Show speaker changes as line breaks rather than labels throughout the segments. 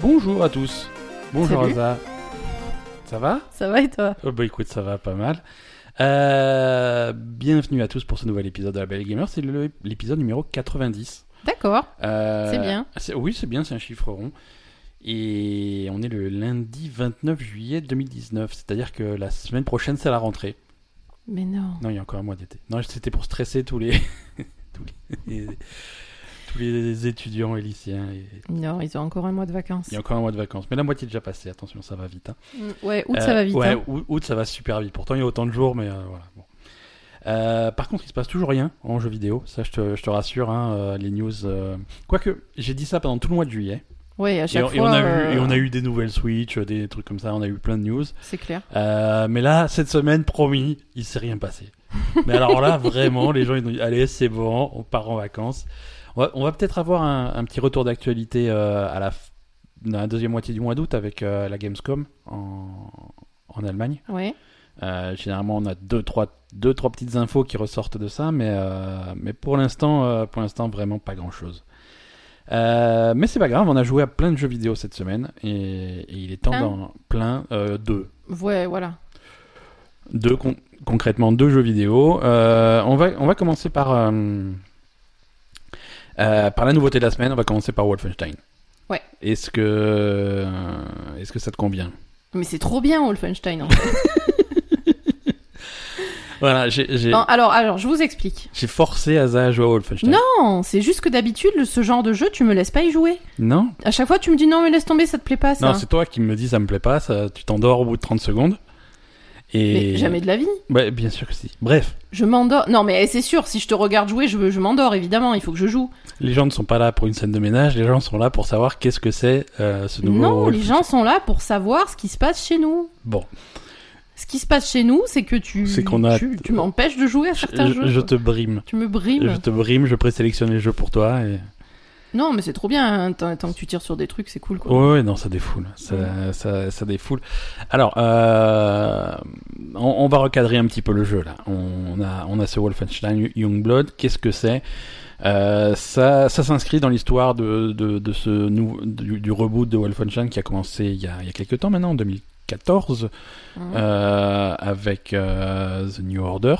Bonjour à tous. Bonjour
Salut.
Rosa. Ça va
Ça va et toi
Oh bah écoute, ça va pas mal. Euh, bienvenue à tous pour ce nouvel épisode de La Belle Gamer. C'est le- l'épisode numéro 90.
D'accord.
Euh,
C'est bien.
c'est- Oui, c'est bien, c'est un chiffre rond. Et on est le lundi 29 juillet 2019. C'est-à-dire que la semaine prochaine, c'est la rentrée.
Mais non.
Non, il y a encore un mois d'été. Non, c'était pour stresser tous les... tous les... tous les étudiants et lycéens et
Non, ils ont encore un mois de vacances.
Il y a encore un mois de vacances, mais la moitié est déjà passée. Attention, ça va vite. hein.
Mm, Ouais, août,
Euh,
ça va vite.
Ouais,
hein.
août, août, ça va super vite. Pourtant, il y a autant de jours, mais euh, voilà. bon. Euh, par contre, il se passe toujours rien en jeu vidéo. Ça, je te, je te rassure. hein, euh, les news. euh, Quoique, j'ai dit ça pendant tout le mois de juillet.
Ouais, à
Et,
chaque
et
fois.
on a eu,
euh,
et on a eu des nouvelles Switch, euh, des trucs comme ça. On a eu plein de news.
C'est clair.
Euh, mais là, cette semaine, promis, il s'est rien passé. Mais alors là, vraiment, les gens, ils ont dit, allez, c'est bon, on part en vacances. On va, on va peut-être avoir un, un petit retour d'actualité euh, à la, f- dans la deuxième moitié du mois d'août avec euh, la Gamescom en, en Allemagne.
Ouais.
Euh, généralement, on a deux trois, deux, trois petites infos qui ressortent de ça, mais, euh, mais pour l'instant, euh, pour l'instant, vraiment pas grand-chose. Euh, mais c'est pas grave, on a joué à plein de jeux vidéo cette semaine et, et il est temps
Plein
d'en plein euh, deux.
Ouais, voilà.
Deux, con- concrètement, deux jeux vidéo. Euh, on, va, on va commencer par, euh, euh, par la nouveauté de la semaine. On va commencer par Wolfenstein.
Ouais.
Est-ce que, euh, est-ce que ça te convient
Mais c'est trop bien, Wolfenstein. hein. en fait.
Voilà, j'ai j'ai-
Non, alors, alors, je vous explique.
j'ai forcé Asa à jouer à Wolfenstein.
Non, c'est juste que d'habitude, ce genre de jeu, tu me laisses pas y jouer.
Non,
À chaque fois, tu me dis non, mais laisse tomber, ça te plaît pas ça.
Non, c'est toi qui me dis ça me plaît pas, ça, tu t'endors au bout de 30 secondes. Et...
mais jamais de la vie.
Ouais, bien sûr que si. Bref,
Je m'endors. Non, mais eh, c'est sûr, si je te regarde jouer, je, je m'endors, évidemment, il faut que je joue.
les gens ne sont pas là pour une scène de ménage, les gens sont là pour savoir qu'est-ce que c'est euh, ce nouveau
non, les
Wolfenstein.
gens sont là pour savoir ce qui se passe chez nous.
Bon,
Ce qui se passe chez nous, c'est que tu,
C'est qu'on a-
tu, tu m'empêches de jouer à certains
je,
jeux.
je
quoi.
te brime.
Tu me brimes.
Je te brime, je présélectionne les jeux pour toi. Et...
Non, mais c'est trop bien. hein. Tant, tant que tu tires sur des trucs, c'est cool. Quoi.
Ouais, ouais, non, ça défoule. Ça, ça, ça défoule. Alors, euh, on, on va recadrer un petit peu le jeu là. On a, on a ce Wolfenstein Youngblood. Qu'est-ce que c'est Euh, ça, ça s'inscrit dans l'histoire de, de, de ce nou- du, du reboot de Wolfenstein qui a commencé il y a, il y a quelques temps maintenant, en 2014,
Mhm.
euh, avec euh, The New Order.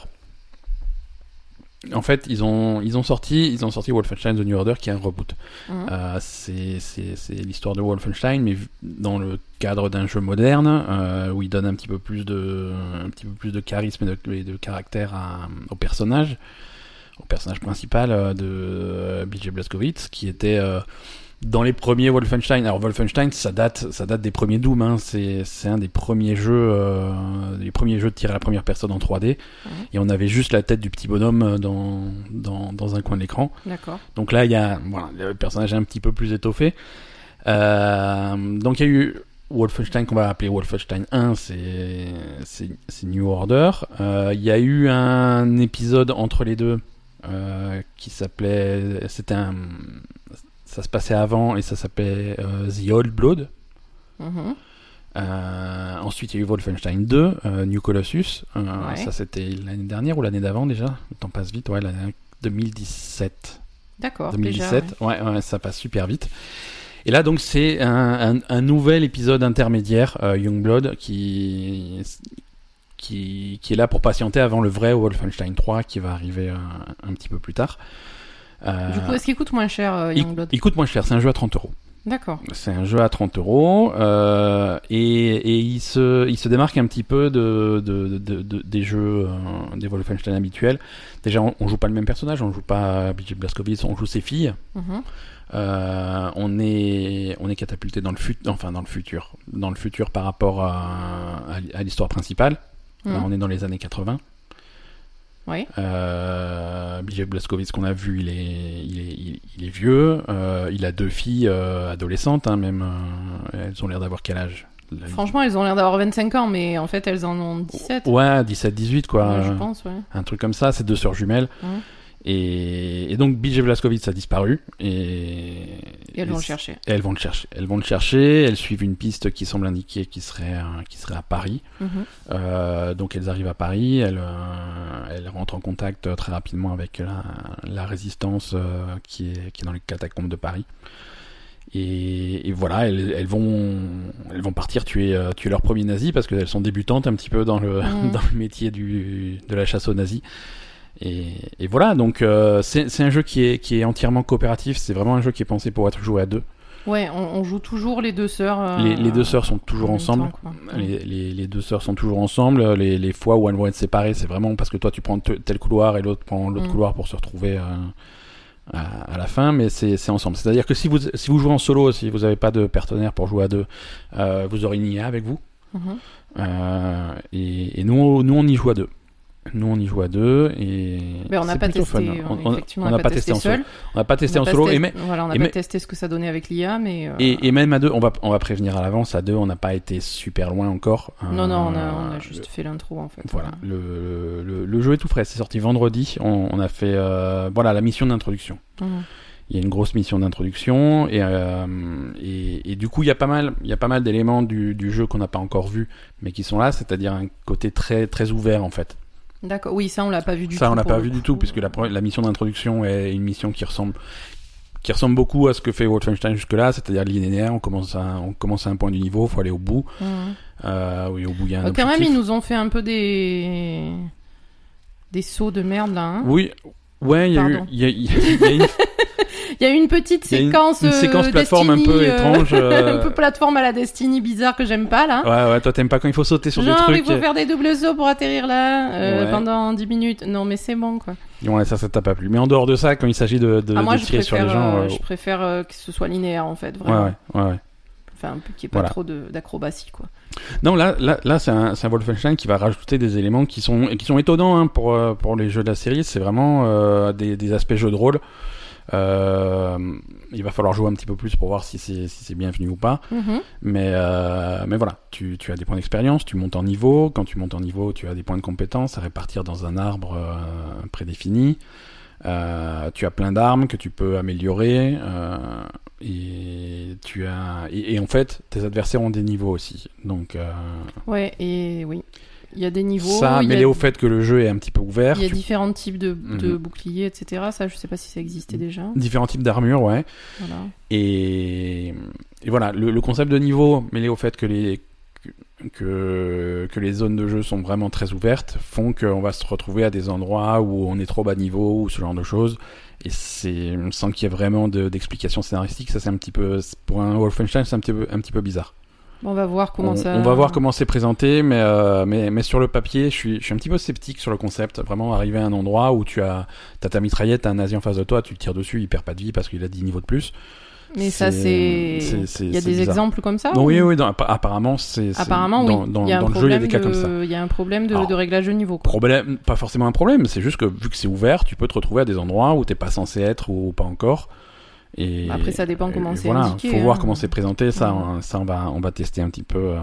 En fait, ils ont, ils ont sorti, ils ont sorti Wolfenstein The New Order qui est un reboot.
Mhm.
Euh, c'est c'est- c'est l'histoire de Wolfenstein, mais vu- dans le cadre d'un jeu moderne, euh, où il donne un petit peu plus de, un petit peu plus de charisme et de, et de caractère à- au personnage, au personnage principal euh, de euh, BJ Blazkowicz, qui était euh, dans les premiers Wolfenstein. Alors Wolfenstein, ça date, ça date des premiers Doom. hein. C'est c'est un des premiers jeux, euh, des premiers jeux de tir à la première personne en 3D.
Mhm.
Et on avait juste la tête du petit bonhomme euh, dans, dans, dans un coin de l'écran.
D'accord.
Donc là, il y a voilà, le personnage est un petit peu plus étoffé. Euh, donc il y a eu Wolfenstein qu'on va appeler Wolfenstein 1, c'est c'est c'est New Order. Euh, Il y a eu un épisode entre les deux euh, qui s'appelait, c'était un, ça se passait avant et ça s'appelait euh, The Old Blood.
Mhm.
Euh, ensuite, il y a eu Wolfenstein 2, euh, New Colossus. Euh,
Ouais.
Ça, c'était l'année dernière ou l'année d'avant déjà. Le temps passe vite, ouais, l'année 2017.
D'accord. déjà,
2017.
ouais.
ouais. ouais, ça passe super vite. Et là, donc, c'est un, un- un nouvel épisode intermédiaire, euh, Youngblood, qui, qui, qui est là pour patienter avant le vrai Wolfenstein 3 qui va arriver euh, un petit peu plus tard. Euh,
Du coup, est-ce qu'il coûte moins cher, euh,
il,
Youngblood
il coûte moins cher, c'est un jeu à 30 euros.
D'accord.
C'est un jeu à 30 euros euh, et, et il, se, il se démarque un petit peu de, de, de- de- des jeux euh, des Wolfenstein habituels. Déjà, on, on joue pas le même personnage, on joue pas BJ Blazkowicz, on joue ses filles.
Mhm.
Euh, on est on est catapulté dans le futur enfin dans le futur dans le futur par rapport à, à l- à l'histoire principale Là,
Mhm.
on est dans les années 80
Ouais.
euh, BJ Blazkowicz qu'on a vu il est il est, il, il est vieux Euh, il a deux filles euh, adolescentes hein, même euh, elles ont l'air d'avoir quel âge La-
Franchement, elles ont l'air d'avoir 25 ans, mais en fait, elles en ont 17.
Oh, ouais 17 18 quoi
Ouais, je
Euh,
pense, ouais.
un truc comme ça, c'est deux sœurs jumelles.
Mhm.
Et, et donc BJ Blazkowicz a disparu et,
Et elles vont le chercher.
Et elles vont le chercher. Elles vont le chercher. Elles suivent une piste qui semble indiquer qu'il serait, euh, qu'il serait à Paris.
Mhm.
Euh, donc elles arrivent à Paris. Elles, euh, elles rentrent en contact euh, très rapidement avec la, la résistance euh, qui, est, qui est dans les catacombes de Paris. Et, et voilà, elles, elles, vont, elles vont partir tuer, euh, tuer leur premier nazi parce qu'elles sont débutantes un petit peu dans le,
Mhm.
dans le métier du, de la chasse aux nazis. Et, et voilà, donc euh, c'est c'est un jeu qui est, qui est entièrement coopératif. C'est vraiment un jeu qui est pensé pour être joué à deux.
Ouais, on, on joue toujours les deux sœurs. euh,
les, les deux sœurs sont toujours
en même
ensemble.
temps, quoi.
Les, les- les deux sœurs sont toujours ensemble. Les, les fois où elles vont être séparées, c'est vraiment parce que toi tu prends te- tel couloir et l'autre prend l'autre
Mm.
couloir pour se retrouver euh, à, à la fin, mais c'est c'est ensemble. C'est-à-dire que si vous, si vous jouez en solo, si vous n'avez pas de partenaire pour jouer à deux, euh, vous aurez une IA avec vous.
Mhm.
Euh, et et nous, nous, on y joue à deux. Nous, on y joue à deux. Et
Mais on n'a
c'est
pas
plutôt
testé.
fun.
euh,
On- on-
effectivement,
on n'a pas testé en
seul.
solo. On n'a pas testé
On
en
n'a pas
solo.
testé-
Et mais-
Voilà, on n'a
et
pas
mais-
testé ce que ça donnait avec l'IA, mais. euh,
Et, et même à deux, on va, on va prévenir à l'avance, à deux, on n'a pas été super loin encore.
Non, non, on a,
Euh,
on a juste fait l'intro en fait.
Voilà, le, le, le jeu est tout frais, c'est sorti vendredi, on, on a fait euh, voilà, la mission d'introduction.
Mhm.
Il y a une grosse mission d'introduction et, euh, et, et du coup il y a pas mal, il y a pas mal d'éléments du, du jeu qu'on n'a pas encore vu mais qui sont là, c'est-à-dire un côté très, très ouvert en fait.
D'accord, oui, ça on l'a pas vu du tout.
Ça on l'a
pour
pas
le
vu du
coup.
tout puisque la, pre- la mission d'introduction est une mission qui ressemble qui ressemble beaucoup à ce que fait Wolfenstein jusque-là, c'est-à-dire linéaire, on commence à, on commence à un point du niveau, faut aller au bout.
Mhm.
Euh, oui, au bout il y a un
Euh, Quand même,
objectif.
ils nous ont fait un peu des. des sauts de merde là. hein.
Oui, ouais, il y a eu,
Pardon.
il y a- il y a une
Il y a eu une petite
Il y a une-
séquence.
une,
euh,
séquence plateforme un peu
Destiny, euh,
étrange. euh,
un peu plateforme à la Destiny bizarre que j'aime pas là.
Ouais, ouais, toi t'aimes pas quand il faut sauter sur
Genre,
des
il
trucs. euh,
faut faire des doubles sauts pour atterrir là euh,
Ouais.
pendant 10 minutes. Non, mais c'est bon quoi.
Ouais, ça, ça t'a pas plu. Mais en dehors de ça, quand il s'agit de, de,
Ah, moi
de
je
tirer
préfère,
sur les gens.
euh,
euh,
je préfère euh, que ce soit linéaire en fait,
Ouais,
vraiment.
ouais, ouais, ouais.
Enfin, qu'il n'y ait pas
Voilà.
trop de- d'acrobatie quoi.
Non, là, là, là c'est un, c'est un Wolfenstein qui va rajouter des éléments qui sont, qui sont étonnants hein, pour, euh, pour les jeux de la série. C'est vraiment euh, des, des aspects jeux de rôle. Euh, il va falloir jouer un petit peu plus pour voir si c'est si c'est bienvenu ou pas.
Mhm.
Mais, euh, mais voilà, tu, tu as des points d'expérience, tu montes en niveau. Quand tu montes en niveau, tu as des points de compétence à répartir dans un arbre euh, prédéfini. Euh, tu as plein d'armes que tu peux améliorer. euh, et, tu as, et, et en fait, tes adversaires ont des niveaux aussi. Donc, euh,
Ouais, et oui. Il y a des niveaux.
ça,
il y a-
mêlé au fait que le jeu est un petit peu ouvert,
Il y a
tu-
différents types de, de
Mhm.
boucliers, etc. Ça, je sais pas si ça existait déjà.
différents types d'armures, ouais.
Voilà.
Et, et voilà, le, le concept de niveau mêlé au fait que les, que, que les zones de jeu sont vraiment très ouvertes font qu'on va se retrouver à des endroits où on est trop bas niveau ou ce genre de choses. Et c'est sans qu'il y ait vraiment de- d'explication scénaristique, ça c'est un petit peu pour un Wolfenstein, c'est un petit peu un petit peu bizarre.
Bon, on va voir comment
on,
ça.
on va voir comment c'est présenté, mais, euh, mais mais sur le papier, je suis je suis un petit peu sceptique sur le concept. Vraiment arriver à un endroit où tu as t'as ta mitraillette, t'as un nazi en face de toi, tu le tires dessus, il perd pas de vie parce qu'il a 10 niveaux de plus.
Mais ça, c'est.
c'est- c'est-
Il y a
c'est
des
bizarre.
exemples comme ça
Non,
ou-
oui, oui, dans- appa- apparemment, c'est. c'est-
Ah Apparemment,
dans,
oui.
Dans,
il y a un
dans le jeu, il y a
problème
des cas comme ça.
de- il y a un problème de,
Alors,
de réglage de niveau. quoi.
Problème, pas forcément un problème, c'est juste que vu que c'est ouvert, tu peux te retrouver à des endroits où t'es pas censé être ou pas encore. Et
Bah, Après, ça dépend
et
comment c'est
Voilà,
indiqué,
faut
hein.
voir comment c'est présenté. Ça,
Ouais.
on- ça, on va, on va tester un petit peu. euh.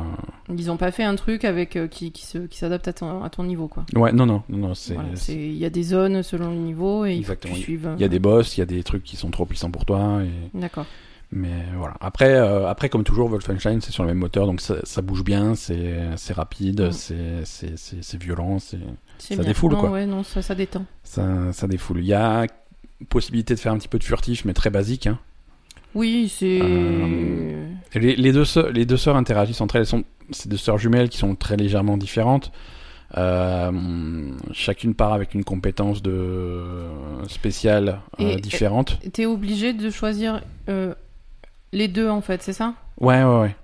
Ils ont pas fait un truc avec euh, qui, qui se- qui s'adapte à ton, à ton niveau. quoi.
Ouais, non, non, non, non, c'est.
Voilà, c'est- Il y a des zones selon le niveau et il faut que tu
Exactement.
suives.
Il y a des boss, il y a des trucs qui sont trop puissants pour toi. Et...
D'accord.
Mais voilà. Après, euh, après, comme toujours, Wolfenstein, c'est sur le même moteur, donc ça, ça bouge bien, c'est c'est rapide,
Mm.
c'est- c'est c'est- c'est violent, c'est.
C'est
Ça
bien.
défoule,
Non,
quoi.
Ouais, non, ça, ça détend.
Ça, ça défoule. Il y a possibilité de faire un petit peu de furtif, mais très basique. hein.
Oui, c'est.
Euh, Les, les deux sœurs, les deux sœurs interagissent entre elles. Elles sont ces deux sœurs jumelles qui sont très légèrement différentes. Euh, chacune part avec une compétence de spéciale euh,
Et-
différente.
T'es obligé de choisir euh, les deux en fait, c'est ça
Ouais, ouais, ouais.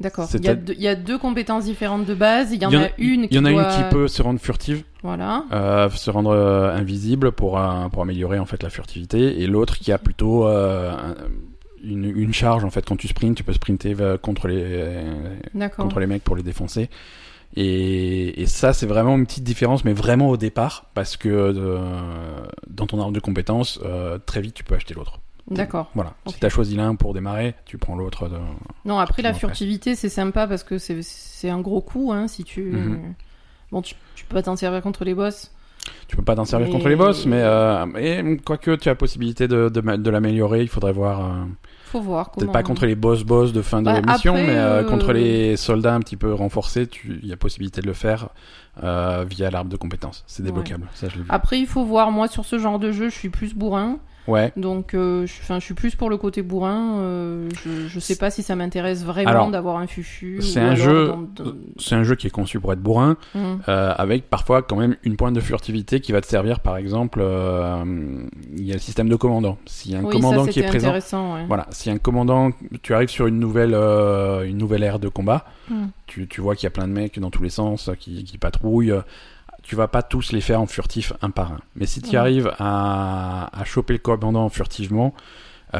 D'accord.
C'est
Il y, a
peut-être-
deux- il y a deux compétences différentes de base. Il y en, a, une qui
Il y en a
doit-
une qui peut se rendre furtive,
Voilà.
euh, se rendre euh, invisible pour euh, pour améliorer en fait la furtivité, et l'autre qui a plutôt euh, un- une, une charge en fait. Quand tu sprints, tu peux sprinter euh, contre les euh,
D'accord.
contre les mecs pour les défoncer. Et, et ça, c'est vraiment une petite différence, mais vraiment au départ, parce que euh, dans ton arbre de compétences, euh, très vite, tu peux acheter l'autre.
D'accord.
Voilà.
Ok.
Si t'as choisi l'un pour démarrer, tu prends l'autre. euh, de-
Non, après
Rapidement,
la
après.
furtivité, c'est sympa parce que c'est- c'est un gros coup hein, si tu.
Mhm.
Bon, tu, tu peux pas t'en servir contre les boss.
Tu peux pas t'en servir
Mais-
contre les boss, mais euh, mais quoique tu as possibilité de, de, ma- de l'améliorer, il faudrait voir. euh,
Faut voir comment. euh,
Peut-être pas contre les boss-boss de fin de
Bah,
mission,
après,
mais euh,
euh,
contre les soldats un petit peu renforcés, tu- il y a possibilité de le faire. euh, via l'arbre de compétences. C'est débloquable, ça je l'ai vu.
Après, il faut voir. Moi, sur ce genre de jeu, je suis plus bourrin.
Ouais.
Donc, euh, je, 'fin, je suis plus pour le côté bourrin. euh, je, je sais pas si ça m'intéresse vraiment
Alors,
d'avoir un fufu.
c'est
ou
un
alors
jeu- euh,
d'en- d'en-
C'est un jeu qui est conçu pour être bourrin,
Mm.
euh, avec parfois quand même une pointe de furtivité qui va te servir, par exemple, euh, il y a le système de commandant. S'il y a un
Oui,
commandant
ça,
qui est
c'était
présent,
intéressant. ouais.
Voilà, si un commandant, tu arrives sur une nouvelle, euh, une nouvelle ère de combat,
Hmm.
tu, tu vois qu'il y a plein de mecs dans tous les sens euh, qui, qui patrouillent. euh, Tu vas pas tous les faire en furtif un par un. Mais si tu
Ouais.
arrives à, à choper le commandant furtivement,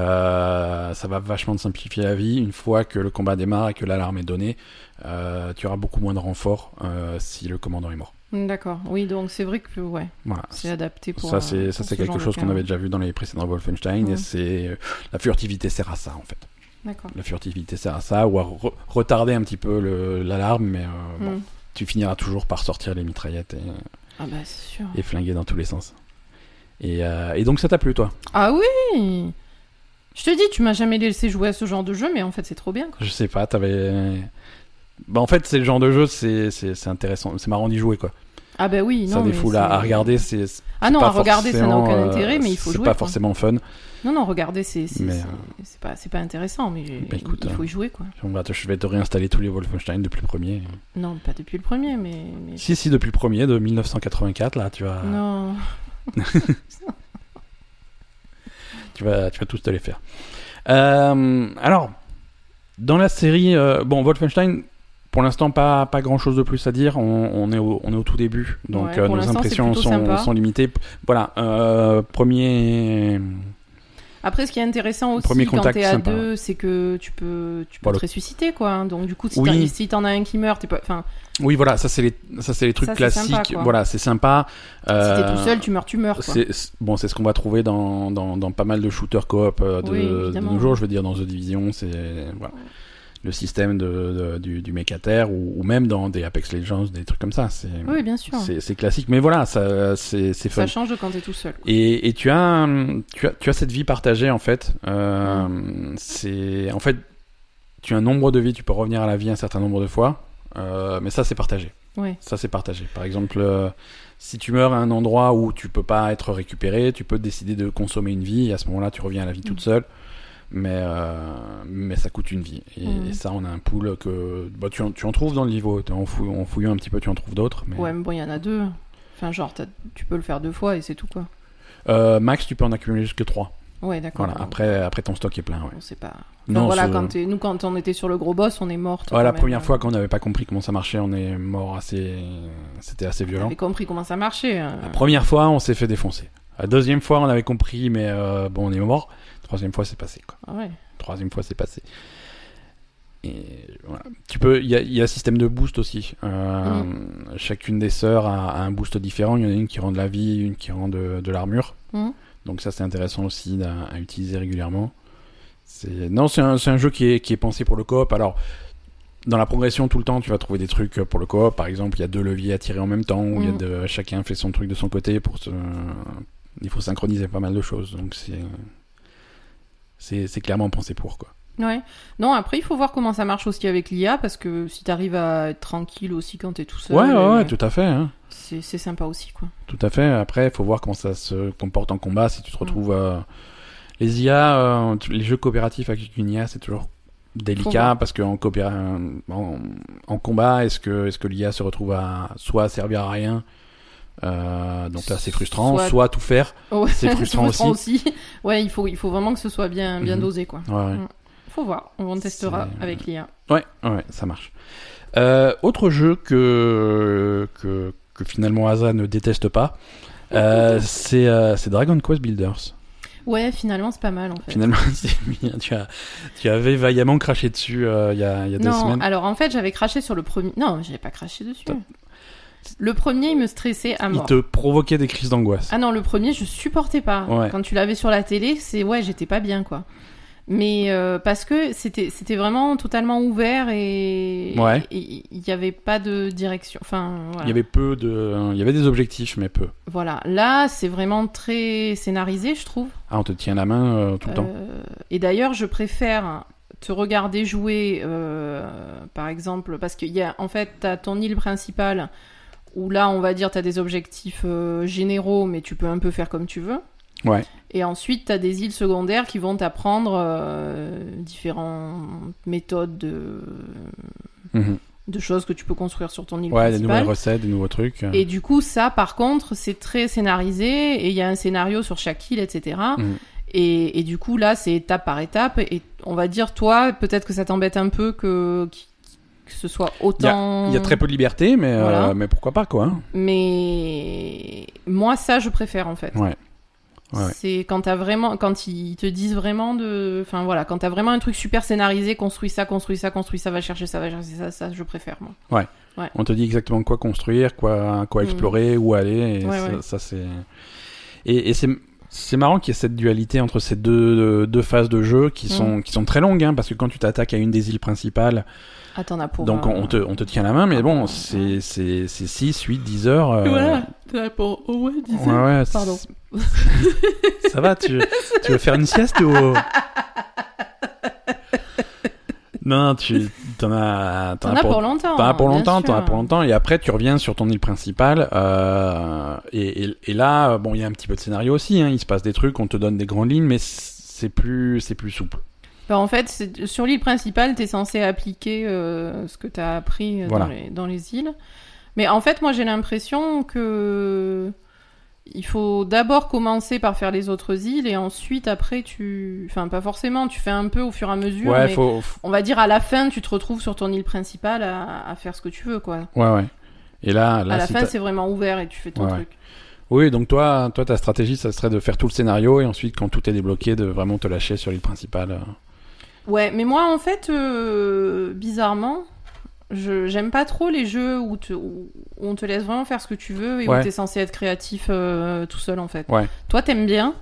euh, ça va vachement te simplifier la vie. Une fois que le combat démarre et que l'alarme est donnée, euh, tu auras beaucoup moins de renforts euh, si le commandant est mort.
Mm, D'accord. Oui, donc c'est vrai que ouais,
Voilà.
c'est adapté pour.
Ça,
euh,
c'est ça,
pour
c'est
ce genre
quelque
de
chose qu'on
cas.
avait déjà vu dans les précédents Wolfenstein.
Ouais.
Et c'est euh, la furtivité sert à ça en fait.
D'accord.
la furtivité sert à ça, ou à re- retarder un petit peu le- l'alarme, mais euh, bon,
Mm.
tu finiras toujours par sortir les mitraillettes et,
Ah bah c'est sûr.
et flinguer dans tous les sens. Et, euh, et donc ça t'a plu, toi
Ah oui. Je te dis, tu m'as jamais laissé jouer à ce genre de jeu, mais en fait, c'est trop bien. quoi.
Je sais pas, t'avais. Bah, en fait, c'est le genre de jeu, c'est- c'est c'est intéressant, c'est marrant d'y jouer, quoi.
Ah bah oui, non.
ça
mais
défoule à,
c'est-
à regarder, c'est. c'est
Ah non,
pas
à regarder, ça n'a aucun
forcément, euh,
intérêt, mais il faut
C'est
jouer.
pas
quoi.
forcément fun.
Non, non, regarder, c'est c'est-
Mais, euh,
c'est- c'est pas, c'est pas intéressant, mais j'ai-
Bah, écoute,
il faut y jouer, quoi.
On va te- je vais te réinstaller tous les Wolfenstein depuis le premier.
Non, pas depuis le premier, mais... mais-
Si, si, depuis le premier, de 1984, là, tu vas,
Non.
Tu vas, tu vas tous te les faire. Euh, alors, dans la série, euh, bon, Wolfenstein, pour l'instant, pas, pas grand chose de plus à dire. On, on est, au, on est au tout début, donc
Ouais,
euh,
pour
nos
l'instant, c'est
impressions
plutôt
sont,
sympa.
sont limitées. P- Voilà, euh, premier.
Après, ce qui est intéressant aussi
Premier
quand
contact,
t'es à
sympa,
deux, c'est que tu peux, tu peux
Voilà.
te ressusciter, quoi. hein. Donc, du coup, si
Oui.
t'en si t'en as un qui meurt, t'es pas... Enfin,
Oui, voilà, ça c'est les, ça, c'est les trucs
Ça, c'est sympa,
classiques.
quoi.
voilà, c'est sympa.
si
Euh,
t'es tout seul, tu meurs, tu meurs, quoi.
C'est, c'est- bon, c'est ce qu'on va trouver dans, dans, dans pas mal de shooters coop euh, de,
Oui,
de
évidemment.
nos jours. Je veux dire, dans The Division, c'est voilà, le système de, de- du, du Mechater ou, ou même dans des Apex Legends, des trucs comme ça. C'est,
Oui, bien sûr.
c'est, c'est classique, mais voilà, ça, c'est, c'est fun.
Ça change de quand t'es tout seul. quoi.
Et, et tu, as, hum, tu, as, tu as cette vie partagée en fait. Euh, C'est en fait tu as un nombre de vies, tu peux revenir à la vie un certain nombre de fois, euh, mais ça c'est partagé.
Ouais.
Ça c'est partagé. Par exemple, euh, si tu meurs à un endroit où tu peux pas être récupéré, tu peux décider de consommer une vie et à ce moment-là tu reviens à la vie
Mm.
toute seule. Mais, euh, mais ça coûte une vie. Et,
Mm.
et ça, on a un pool que. bah, tu, en, tu en trouves dans le niveau. En, fou- en fouillant un petit peu, tu en trouves d'autres. Mais...
Ouais, mais bon, il y en a deux. Enfin, genre, t'as- tu peux le faire deux fois et c'est tout, quoi.
Euh, max, tu peux en accumuler jusque 3.
Ouais, d'accord.
Voilà,
Donc,
après, après ton stock est plein. Ouais.
On sait pas... Enfin,
Non,
voilà,
ce-
quand t'es- nous, quand on était sur le gros boss, on est morte.
Ouais, la
quand même. euh.
première fois qu'on n'avait pas compris comment ça marchait, on est mort assez. C'était assez
On
violent.
avait compris comment ça marchait. euh.
La première fois, on s'est fait défoncer. La deuxième fois, on avait compris, mais euh, bon, on est mort. Troisième fois, c'est passé. Quoi.
Ah ouais.
Troisième fois, c'est passé. Et voilà. Tu peux. Il y a, il y a un système de boost aussi. Euh,
Mm.
Chacune des sœurs a, a un boost différent. Il y en a une qui rend de la vie, une qui rend de, de l'armure.
Mhm.
Donc ça, c'est intéressant aussi à, à utiliser régulièrement. C'est non, c'est un, c'est un jeu qui est, qui est pensé pour le coop. Alors. Dans la progression, tout le temps, tu vas trouver des trucs pour le coop. Par exemple, il y a deux leviers à tirer en même temps, où il y a
Mhm.
de- chacun fait son truc de son côté pour se, il faut synchroniser pas mal de choses. Donc c'est, c'est, c'est clairement pensé pour quoi.
Ouais. Non, après, il faut voir comment ça marche aussi avec l'IA, parce que si t'arrives à être tranquille aussi quand t'es tout seul,
Ouais, ouais,
euh,
ouais, tout à fait. hein.
c'est c'est sympa aussi, quoi.
Tout à fait. Après, il faut voir comment ça se comporte en combat. Si tu te retrouves. euh, Les IA, euh, tu- les jeux coopératifs avec une IA, c'est toujours
Faut
délicat
voir.
parce qu'en euh, en, en combat, est-ce que, est-ce que l'IA se retrouve à soit à servir à rien euh, donc là c'est frustrant, soit,
Soit-
à tout faire.
Ouais,
C'est frustrant
Ouais, il faut, il faut vraiment que ce soit bien, bien
Mhm.
dosé, quoi.
Ouais, ouais.
Faut voir, on testera
C'est-
avec l'IA.
Ouais, ouais, ça marche. Euh, autre jeu que, que, que finalement Asa ne déteste pas, euh, c'est euh, c'est Dragon Quest Builders.
Ouais, finalement, c'est pas mal, en fait.
Finalement, c'est bien. Tu, as, tu avais vaillamment craché dessus euh, il y a, il y a deux
non,
semaines.
alors en fait, j'avais craché sur le premier. Non, j'avais pas craché dessus.
T'as-
Le premier, il me stressait à
Il
mort.
te provoquait des crises d'angoisse.
Ah non, le premier, je supportais pas.
Ouais.
Quand tu l'avais sur la télé, c'est ouais, j'étais pas bien quoi. Mais euh, parce que c'était c'était vraiment totalement ouvert et
Ouais.
et il y avait pas de direction. Enfin voilà.
Il y avait peu de, il y avait des objectifs, mais peu.
Voilà. Là, c'est vraiment très scénarisé, je trouve.
Ah, on te tient la main euh, tout le temps.
Euh, et d'ailleurs, je préfère te regarder jouer, euh, par exemple, parce qu'il y a, en fait, t'as ton île principale où là, on va dire, tu as des objectifs euh, généraux, mais tu peux un peu faire comme tu veux.
Ouais.
Et ensuite, tu as des îles secondaires qui vont t'apprendre euh, différentes méthodes de,
Mhm.
de choses que tu peux construire sur ton île
Ouais, des
principale.
nouvelles recettes, des nouveaux trucs. euh,
Et du coup, ça, par contre, c'est très scénarisé et il y a un scénario sur chaque île, etc.
Mhm.
Et, et du coup, là, c'est étape par étape. Et on va dire, toi, peut-être que ça t'embête un peu que, que ce soit autant.
Il y a très peu de liberté, mais, euh,
Voilà.
mais pourquoi pas, quoi. hein.
Mais moi, ça, je préfère en fait.
Ouais. Ouais, ouais.
C'est quand t'as vraiment, quand ils te disent vraiment de, enfin voilà, quand t'as vraiment un truc super scénarisé, construis ça, construis ça, construis ça, va chercher ça, va chercher ça, ça, je préfère moi.
On te dit exactement quoi construire, quoi, quoi
Mhm.
explorer, où aller. Et
Ouais,
ça,
ouais.
ça, c'est. Et, et c'est. C'est marrant qu'il y ait cette dualité entre ces deux, deux phases de jeu
Mm.
qui sont, qui sont très longues, hein, parce que quand tu t'attaques à une des îles principales,
Ah, t'en as pour.
donc
euh,
on, on te, on te tient la main, mais bon, c'est
Ouais.
6, 8, 10 heures. euh,
Voilà, t'en as pour au moins dix
Ouais,
ans.
ouais,
Pardon.
c'est- Ça va, tu, tu veux faire une sieste ou. Non, tu t'en as,
T'en as pour longtemps.
T'en as pour
bien
longtemps, t'en as
sûr.
pour longtemps, et après tu reviens sur ton île principale. euh, et, et- et là, euh, bon, il y a un petit peu de scénario aussi. hein, il se passe des trucs, on te donne des grandes lignes, mais c'est plus, c'est plus souple.
Bah, en fait, c'est- sur l'île principale, t'es censé appliquer euh, ce que t'as appris euh,
Voilà.
dans, les, dans les îles. Mais en fait, moi, j'ai l'impression que il faut d'abord commencer par faire les autres îles et ensuite, après, tu, enfin, pas forcément, tu fais un peu au fur et à mesure.
ouais,
mais
faut, faut-
On va dire à la fin, tu te retrouves sur ton île principale à, à faire ce que tu veux, quoi.
ouais, ouais. Et là, là,
à la
si
fin,
t'as-
c'est vraiment ouvert et tu fais ton
Ouais,
truc.
oui, donc toi, toi, ta stratégie, ça serait de faire tout le scénario, et ensuite, quand tout est débloqué, de vraiment te lâcher sur l'île principale. euh.
Ouais, mais moi, en fait, euh, bizarrement, je j'aime pas trop les jeux où, te- où on te laisse vraiment faire ce que tu veux et
Ouais.
où t'es censé être créatif euh, tout seul, en fait.
Ouais.
Toi, t'aimes bien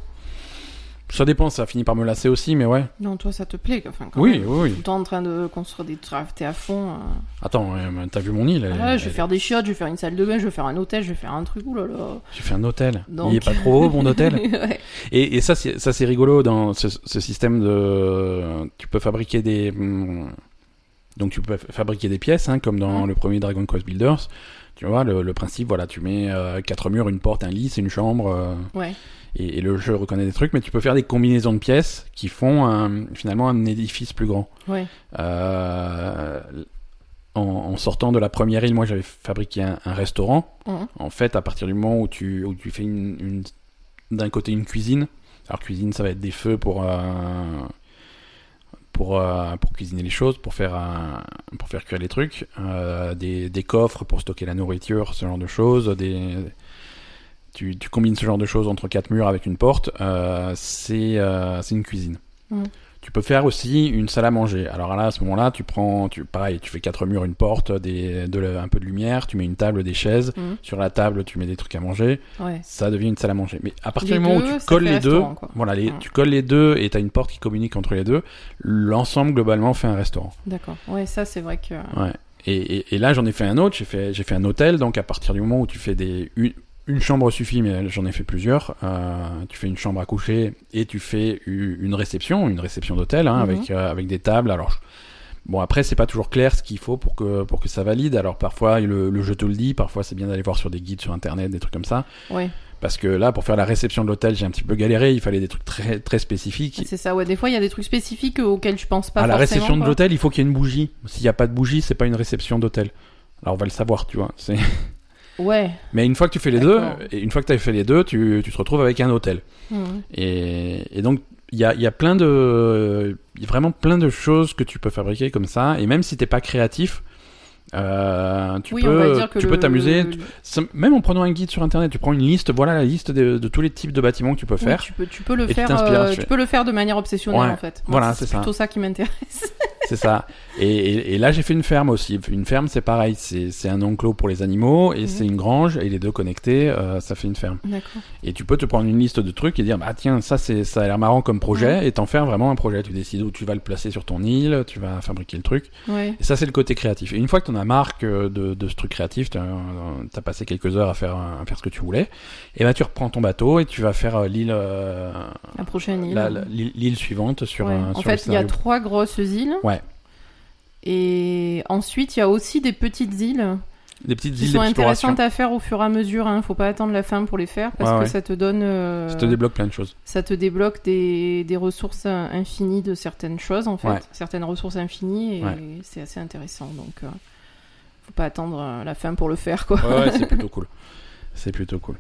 Ça dépend, ça finit par me lasser aussi, mais ouais.
Non, toi, ça te plaît, enfin, quand
Oui,
même.
oui,
Tout
oui.
le temps en train de construire des traves, t'es à fond. euh.
Attends, euh, mais t'as vu mon île elle-
Ah ouais, je vais
elle-
faire des chiottes, je vais faire une salle de bain, je vais faire un hôtel, je vais faire un truc, oulala.
j'ai fait un hôtel.
Donc-
Il est pas trop haut, mon hôtel
Ouais.
Et, et ça, c'est, ça, c'est rigolo dans ce, ce système de. Tu peux fabriquer des. hum, Donc, tu peux fa- fabriquer des pièces, hein, comme dans
Mhm.
le premier Dragon Quest Builders. Tu vois, le, le principe, voilà, tu mets euh, quatre murs, une porte, un lit, c'est une chambre, euh,
Ouais.
et, et le jeu reconnaît des trucs, mais tu peux faire des combinaisons de pièces qui font un- finalement un édifice plus grand.
Ouais.
Euh, en, en sortant de la première île, moi j'avais fabriqué un, un restaurant.
Mhm.
En fait, à partir du moment où tu, où tu fais une, une- d'un côté une cuisine, alors cuisine ça va être des feux pour, euh, pour, euh, pour cuisiner les choses, pour faire, un- pour faire cuire les trucs, euh, des, des coffres pour stocker la nourriture, ce genre de choses, des, tu, tu combines ce genre de choses entre quatre murs avec une porte, euh, c'est euh, c'est une cuisine.
Mhm.
Tu peux faire aussi une salle à manger. Alors là, à ce moment-là, tu prends, tu, pareil, tu fais quatre murs, une porte, des, de la- un peu de lumière, tu mets une table, des chaises.
Mhm.
Sur la table, tu mets des trucs à manger.
Ouais.
Ça devient une salle à manger. Mais à partir
Les
du moment où
deux,
tu
ça
colles
fait
les deux,
restaurant, quoi.
voilà, les,
Mhm.
tu colles les deux et t'as une porte qui communique entre les deux, l'ensemble globalement fait un restaurant.
D'accord. Ouais, ça, c'est vrai que.
Ouais. Et, et- et là, j'en ai fait un autre. J'ai fait, j'ai fait un hôtel. Donc, à partir du moment où tu fais des, une, une chambre suffit, mais j'en ai fait plusieurs. Euh, tu fais une chambre à coucher et tu fais u- une réception, une réception d'hôtel hein,
Mhm.
avec euh, avec des tables. Alors, je- bon, après, c'est pas toujours clair ce qu'il faut pour que pour que ça valide. Alors, parfois, le, le jeu te le dit. Parfois, c'est bien d'aller voir sur des guides sur internet, des trucs comme ça.
Ouais.
Parce que là, pour faire la réception de l'hôtel, j'ai un petit peu galéré. Il fallait des trucs très très spécifiques.
C'est ça, ouais. Des fois, il y a des trucs spécifiques auxquels tu penses pas
à la
forcément,
réception de
quoi.
l'hôtel, il faut qu'il y ait une bougie. S'il n'y a pas de bougie, c'est pas une réception d'hôtel. Alors on va le savoir, tu vois. C'est-
Ouais.
Mais une fois que tu fais les deux,
D'accord.
et une fois que tu as fait les deux, tu, tu te retrouves avec un hôtel.
Mhm.
Et, et donc il y a, il y a plein de, il y a vraiment plein de choses que tu peux fabriquer comme ça. Et même si t'es pas créatif, euh, tu
oui, on va
peux,
dire que
tu
le-
peux t'amuser.
le-
Sim- Même en prenant un guide sur internet, tu prends une liste. Voilà la liste de, de tous les types de bâtiments que tu peux
Oui,
faire.
tu peux, tu peux le
et tu
faire.
t'inspires,
euh,
tu
tu
fais.
peux le faire de manière obsessionnelle
Ouais,
en fait.
voilà, c'est ça.
C'est plutôt ça qui m'intéresse.
C'est ça. Et, et- et là, j'ai fait une ferme aussi. Une ferme, c'est pareil. C'est c'est un enclos pour les animaux et
Mhm.
c'est une grange. Et les deux connectés, euh, ça fait une ferme.
D'accord.
Et tu peux te prendre une liste de trucs et dire, bah tiens, ça, c'est ça a l'air marrant comme projet. Et t'en faire vraiment un projet. Tu décides où tu vas le placer sur ton île, tu vas fabriquer le truc.
Ouais.
Et ça, c'est le côté créatif. Et une fois que t'en as marre que de, de ce truc créatif, t'as as passé quelques heures à faire, à faire ce que tu voulais, et ben tu reprends ton bateau et tu vas faire euh, l'île euh,
La prochaine île.
la- la- l'île l'île suivante sur,
Ouais.
un-
en
sur le
fait, il y a
scénario.
trois grosses îles.
Ouais.
Et ensuite, il y a aussi des petites îles
Des petites
qui
îles
sont
d'exploration.
intéressantes à faire au fur et à mesure. Hein. Faut pas attendre la fin pour les faire parce
Ouais,
que
ouais.
ça te donne, euh,
Ça te débloque plein de choses.
ça te débloque des, des ressources euh, infinies de certaines choses en fait,
Ouais.
certaines ressources infinies et
Ouais.
c'est assez intéressant. Donc, euh, faut pas attendre euh, la fin pour le faire quoi.
Ouais, ouais, c'est plutôt cool. C'est plutôt cool.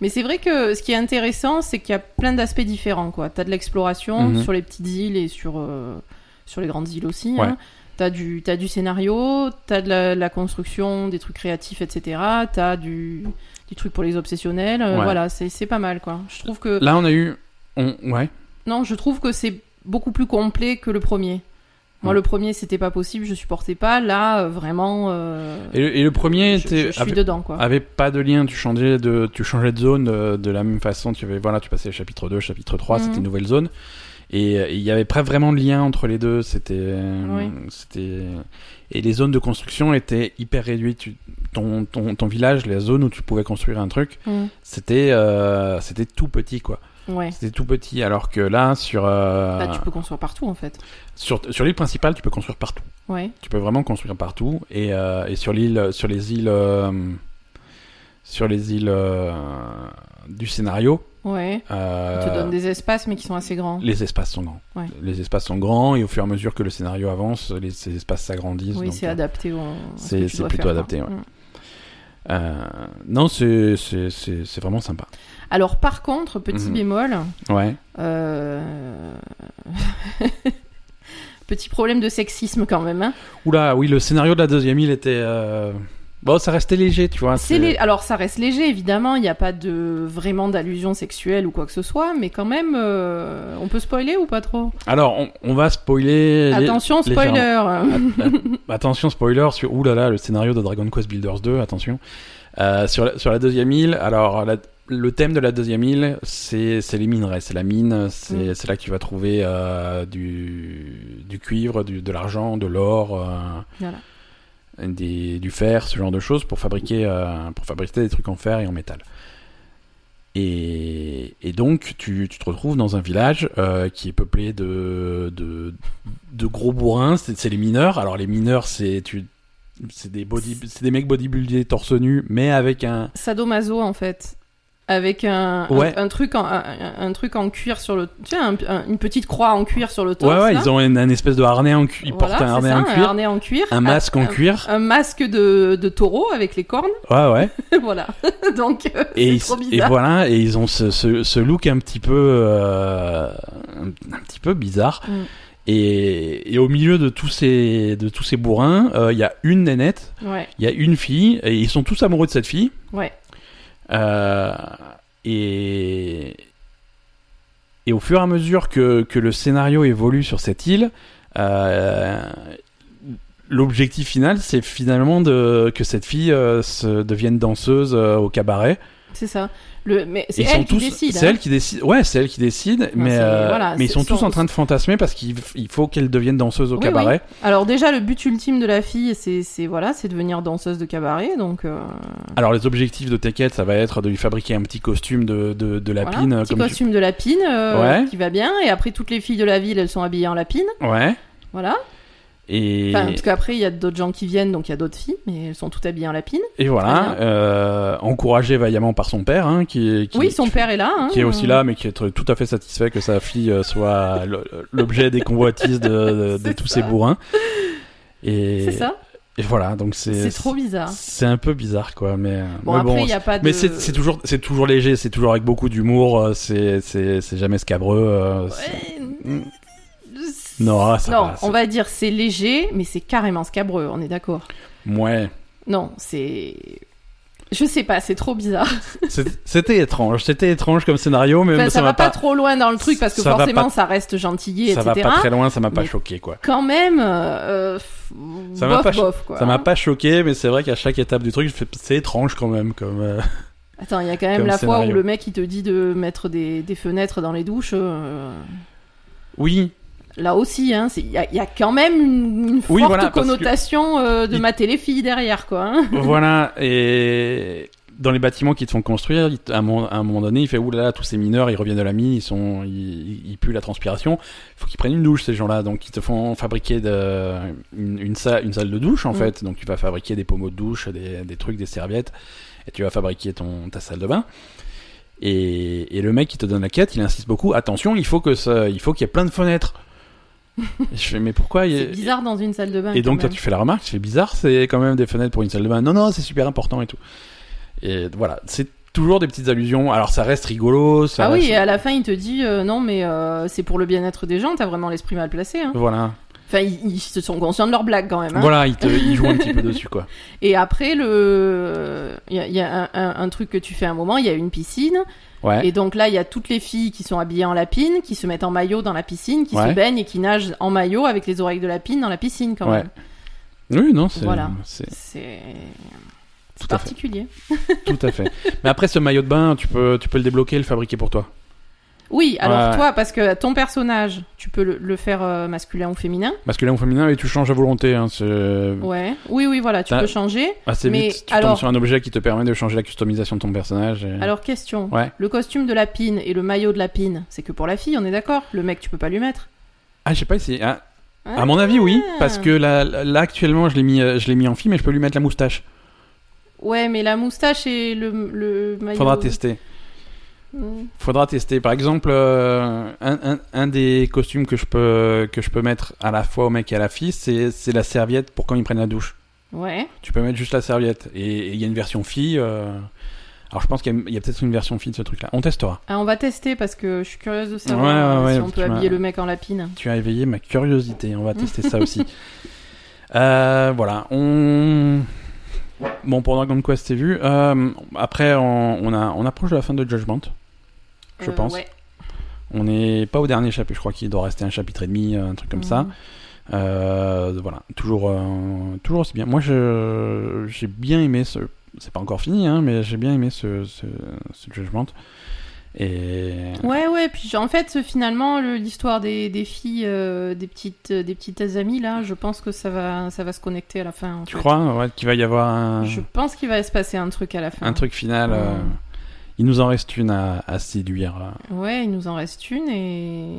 Mais c'est vrai que ce qui est intéressant, c'est qu'il y a plein d'aspects différents. quoi. T'as de l'exploration
Mhm.
sur les petites îles et sur, euh, sur les grandes îles aussi.
Ouais.
Hein. T'as du, t'as du scénario, t'as de la, la construction, des trucs créatifs, etc. T'as du, du truc pour les obsessionnels. euh,
Ouais.
Voilà, c'est c'est pas mal. quoi. Je trouve que...
Là, on a eu. On... Ouais.
Non, je trouve que c'est beaucoup plus complet que le premier. Moi,
Ouais.
le premier, c'était pas possible, je supportais pas. Là, euh, vraiment, euh,
Et le, et Ah. le premier
je, je-
était-
je suis
avait,
dedans, quoi.
avait pas de lien. Tu changeais de, tu changeais de zone euh, de la même façon. Tu, avais, voilà, tu passais chapitre 2, chapitre 3,
Mhm.
c'était une nouvelle zone. Et euh, il y avait pas vraiment de lien entre les deux. C'était. euh,
Oui.
c'était Et les zones de construction étaient hyper réduites. Tu- ton, ton, ton village, la zone où tu pouvais construire un truc,
Mm.
c'était euh, c'était tout petit, quoi.
Ouais.
C'était tout petit. Alors que là, sur, euh,
Là, Bah, tu peux construire partout, en fait.
sur, sur l'île principale, tu peux construire partout.
Ouais.
Tu peux vraiment construire partout et, euh, et sur l'île, sur les îles, euh, sur les îles euh, du scénario,
Ouais.
euh,
Ils te donnent des espaces, mais qui sont assez grands.
les espaces sont grands.
Ouais.
Les espaces sont grands et au fur et à mesure que le scénario avance, les, ces espaces s'agrandissent.
Oui,
donc,
c'est
euh,
adapté. au- à ce
c'est-
que tu
c'est
dois
plutôt
faire,
adapté,
quoi.
ouais.
Mm.
euh, non, c'est c'est- c'est c'est vraiment sympa.
Alors, par contre, petit
Mhm.
bémol,
Ouais.
euh, petit problème de sexisme quand même. hein.
Oula, oui, le scénario de la deuxième île était euh, bon, ça restait léger, tu vois.
C'est lé- Alors, ça reste léger, évidemment. Il n'y a pas de vraiment d'allusion sexuelle ou quoi que ce soit, mais quand même, euh, on peut spoiler ou pas trop
Alors, on, on va spoiler. les-
Attention, spoiler.
Att- Bah, attention, spoiler sur ouh là là, le scénario de Dragon Quest Builders 2, attention. Euh, sur, la, sur la deuxième île, alors la- le thème de la deuxième île, c'est c'est les minerais, c'est la mine, c'est c'est là que tu vas trouver euh, du, du cuivre, du, de l'argent, de l'or, euh,
Voilà.
des- du fer, ce genre de choses pour fabriquer, euh, pour fabriquer des trucs en fer et en métal. Et, et donc, tu, tu te retrouves dans un village euh, qui est peuplé de, de, de gros bourrins, c'est c'est les mineurs. Alors, les mineurs, c'est tu- c'est des, body- c'est des mecs bodybuildés torse nu, mais avec un.
Sadomaso, en fait. Avec un, un-
Ouais.
un, truc en, un, un truc en cuir sur le. Tu sais, un- un- une petite croix en cuir sur le torse.
ouais, ouais,
là.
ils ont une, un espèce de harnais en cuir. Ils
Voilà,
portent un harnais
c'est ça,
en
Un
cuir,
harnais Ah, en cuir.
un masque en cuir.
Un masque de, de taureau avec les cornes.
Ouais, ouais.
voilà. Donc, euh,
Et,
ah, c'est
ils-
trop
et
bizarre.
voilà, et ils ont ce, ce, ce look un petit peu, euh, un, un petit peu bizarre.
Mm.
Et, et au milieu de tous ces, de tous ces bourrins, euh, il y a une nénette,
Ouais,
il y a une fille, et ils sont tous amoureux de cette fille.
ouais.
Euh, et, et au fur et à mesure que, que le scénario évolue sur cette île, euh, l'objectif final, c'est finalement de, que cette fille euh, se, devienne danseuse euh, au cabaret.
C'est ça. Le, mais c'est
Et ils
elle
sont
qui
tous-
décide.
C'est
hein.
elle qui décide. Ouais, c'est elle qui décide. mais
c'est-
euh,
voilà,
mais ils
c'est-
sont tous
sont-
en train de fantasmer parce qu'il f- il faut qu'elle devienne danseuse au
Oui,
cabaret.
Alors déjà, le but ultime de la fille, c'est c'est- voilà, c'est devenir danseuse de cabaret. Donc euh,
Alors les objectifs de Tekket, ça va être de lui fabriquer un petit costume de, de, de
voilà,
lapine.
petit
comme tu-
costume de lapine euh,
Ouais.
qui va bien. Et après, toutes les filles de la ville, elles sont habillées en lapine.
Ouais.
Voilà.
Et...
Enfin, parce qu'après, il y a d'autres gens qui viennent, donc il y a d'autres filles, mais elles sont toutes habillées en lapine.
Et
Très
voilà, euh, encouragé vaillamment par son père, hein, qui, qui,
oui, son père est là. hein.
qui est aussi là, mais qui est tout à fait satisfait que sa fille euh, soit le- l'objet des convoitises de, de- de
C'est
tous
ça.
ces bourrins. Et,
C'est ça.
et voilà, donc c'est
C'est trop bizarre.
c'est un peu bizarre, quoi. Mais euh,
Bon,
mais
après, il
bon,
n'y a pas de.
mais c'est c'est toujours c'est toujours léger, c'est toujours avec beaucoup d'humour, euh, c'est c'est c'est jamais scabreux. euh, c'est-
Ouais.
Non, ah, ça
non,
va, c'est-
on va dire c'est léger, mais c'est carrément scabreux, on est d'accord.
Ouais,
Non, c'est. Je sais pas, c'est trop bizarre.
C'est- c'était étrange, c'était étrange comme scénario, Euh, mais
Enfin,
ça,
ça va pas, trop loin dans le truc parce que
ça va
forcément
pas-
ça reste gentillet,
ça va
etc.
pas très loin, ça m'a pas
Mais-
choqué, quoi.
Quand même, euh, pff,
Ça m'a
bof,
pas cho-
bof quoi. hein.
Ça m'a pas choqué, mais c'est vrai qu'à chaque étape du truc, je fais- c'est étrange quand même. Comme, euh,
Attends, il y a quand même
comme
la fois
scénario.
où le mec il te dit de mettre des, des fenêtres dans les douches. euh,
Oui,
Là aussi, hein, c'est- il y, a- il y a quand même une, une
Oui,
forte
voilà, parce que-
connotation euh, de
Il-
mater les filles derrière quoi. hein.
voilà, et dans les bâtiments qu'ils te font construire, il- à, un moment- à un moment donné, il fait oulala, tous ces mineurs, ils reviennent de la mine, ils sont, ils, ils puent la transpiration. Il faut qu'ils prennent une douche ces gens-là, donc ils te font fabriquer de, une, une salle, une salle de douche en
Mm.
fait. Donc tu vas fabriquer des pommeaux de douche, des, des trucs, des serviettes, et tu vas fabriquer ton ta salle de bain. Et, et le mec qui te donne la quête, il insiste beaucoup. Attention, il faut que ça, il faut qu'il y ait plein de fenêtres. Et je fais mais pourquoi il y a-
C'est bizarre dans une salle de bain.
et donc,
Ah, quand
toi,
même.
tu fais la remarque, c'est bizarre, c'est quand même des fenêtres pour une salle de bain. Non, non, c'est super important et tout. Et voilà, c'est toujours des petites allusions. Alors, ça reste rigolo. Ça
Ah oui,
reste-
et à la fin, il te dit euh, non, mais euh, c'est pour le bien-être des gens, t'as vraiment l'esprit mal placé. Hein.
Voilà,
Enfin, ils, ils se sont conscients de leur blague quand même. hein.
voilà, il, te, il joue un petit peu dessus, quoi.
Et après, le, il y a, il y a un, un- un truc que tu fais un moment, il y a une piscine.
Ouais,
Et donc là, il y a toutes les filles qui sont habillées en lapine, qui se mettent en maillot dans la piscine, qui
Ouais.
se baignent et qui nagent en maillot avec les oreilles de lapine dans la piscine quand
Ouais.
même.
oui, non, c'est
Voilà.
c'est
C'est
tout à fait,
particulier.
tout à fait. Mais après, ce maillot de bain, tu peux, tu peux le débloquer, le fabriquer pour toi.
Oui, alors
Ouais.
toi, parce que ton personnage, tu peux le, le faire euh, masculin ou féminin.
Masculin ou féminin, et tu changes à volonté. Hein, c'est
Ouais. Oui, oui, voilà, tu
T'as-
peux changer.
assez
Mais
vite. Tu tombes
alors-
sur un objet qui te permet de changer la customisation de ton personnage. et-
Alors, question.
Mmh. Ouais.
Le costume de lapine et le maillot de lapine, c'est que pour la fille, on est d'accord Le mec, tu peux pas lui mettre. Hein
Ah, j'ai pas essayé. Ah, À mon avis, oui, parce que là, là actuellement, je l'ai mis, euh, je l'ai mis en fille, mais je peux lui mettre la moustache.
Ouais, mais la moustache et le, le maillot.
Faudra tester.
Mm.
Faudra tester. Par exemple, euh, un, un- un des costumes que je peux que je peux mettre à la fois au mec et à la fille, c'est c'est la serviette pour quand ils prennent la douche.
Ouais.
Tu peux mettre juste la serviette. Et et il y a une version fille. euh, Alors je pense qu'il y a, il y a peut-être une version fille de ce truc-là. On testera.
Ah, on va tester parce que je suis curieuse de savoir
Ouais,
euh,
ouais,
si
ouais,
on
tu
peut habiller
m'as-
le mec en lapine.
Tu as éveillé ma curiosité. On va tester ça aussi. Euh, voilà. On bon pour Dragon Quest, c'est vu. Euh, après, on, on a on approche de la fin de Judgment. Je
Euh,
pense.
ouais.
On n'est pas au dernier chapitre, je crois qu'il doit rester un chapitre et demi, un truc comme ça.
Mm.
Euh, voilà, toujours, euh, toujours aussi bien. Moi, je- j'ai bien aimé ce. C'est pas encore fini, hein, mais j'ai bien aimé ce, ce, ce judgment. Et.
Ouais, ouais. Puis en fait, finalement, le- l'histoire des, des filles, euh, des petites, des petites amies là, je pense que ça va, ça va se connecter à la fin. en
Tu
fait.
crois ouais, qu'il va y avoir un,
Je pense qu'il va se passer un truc à la fin.
un truc final euh,
Ouais.
Il nous en reste une à, à séduire. euh.
Ouais, il nous en reste une et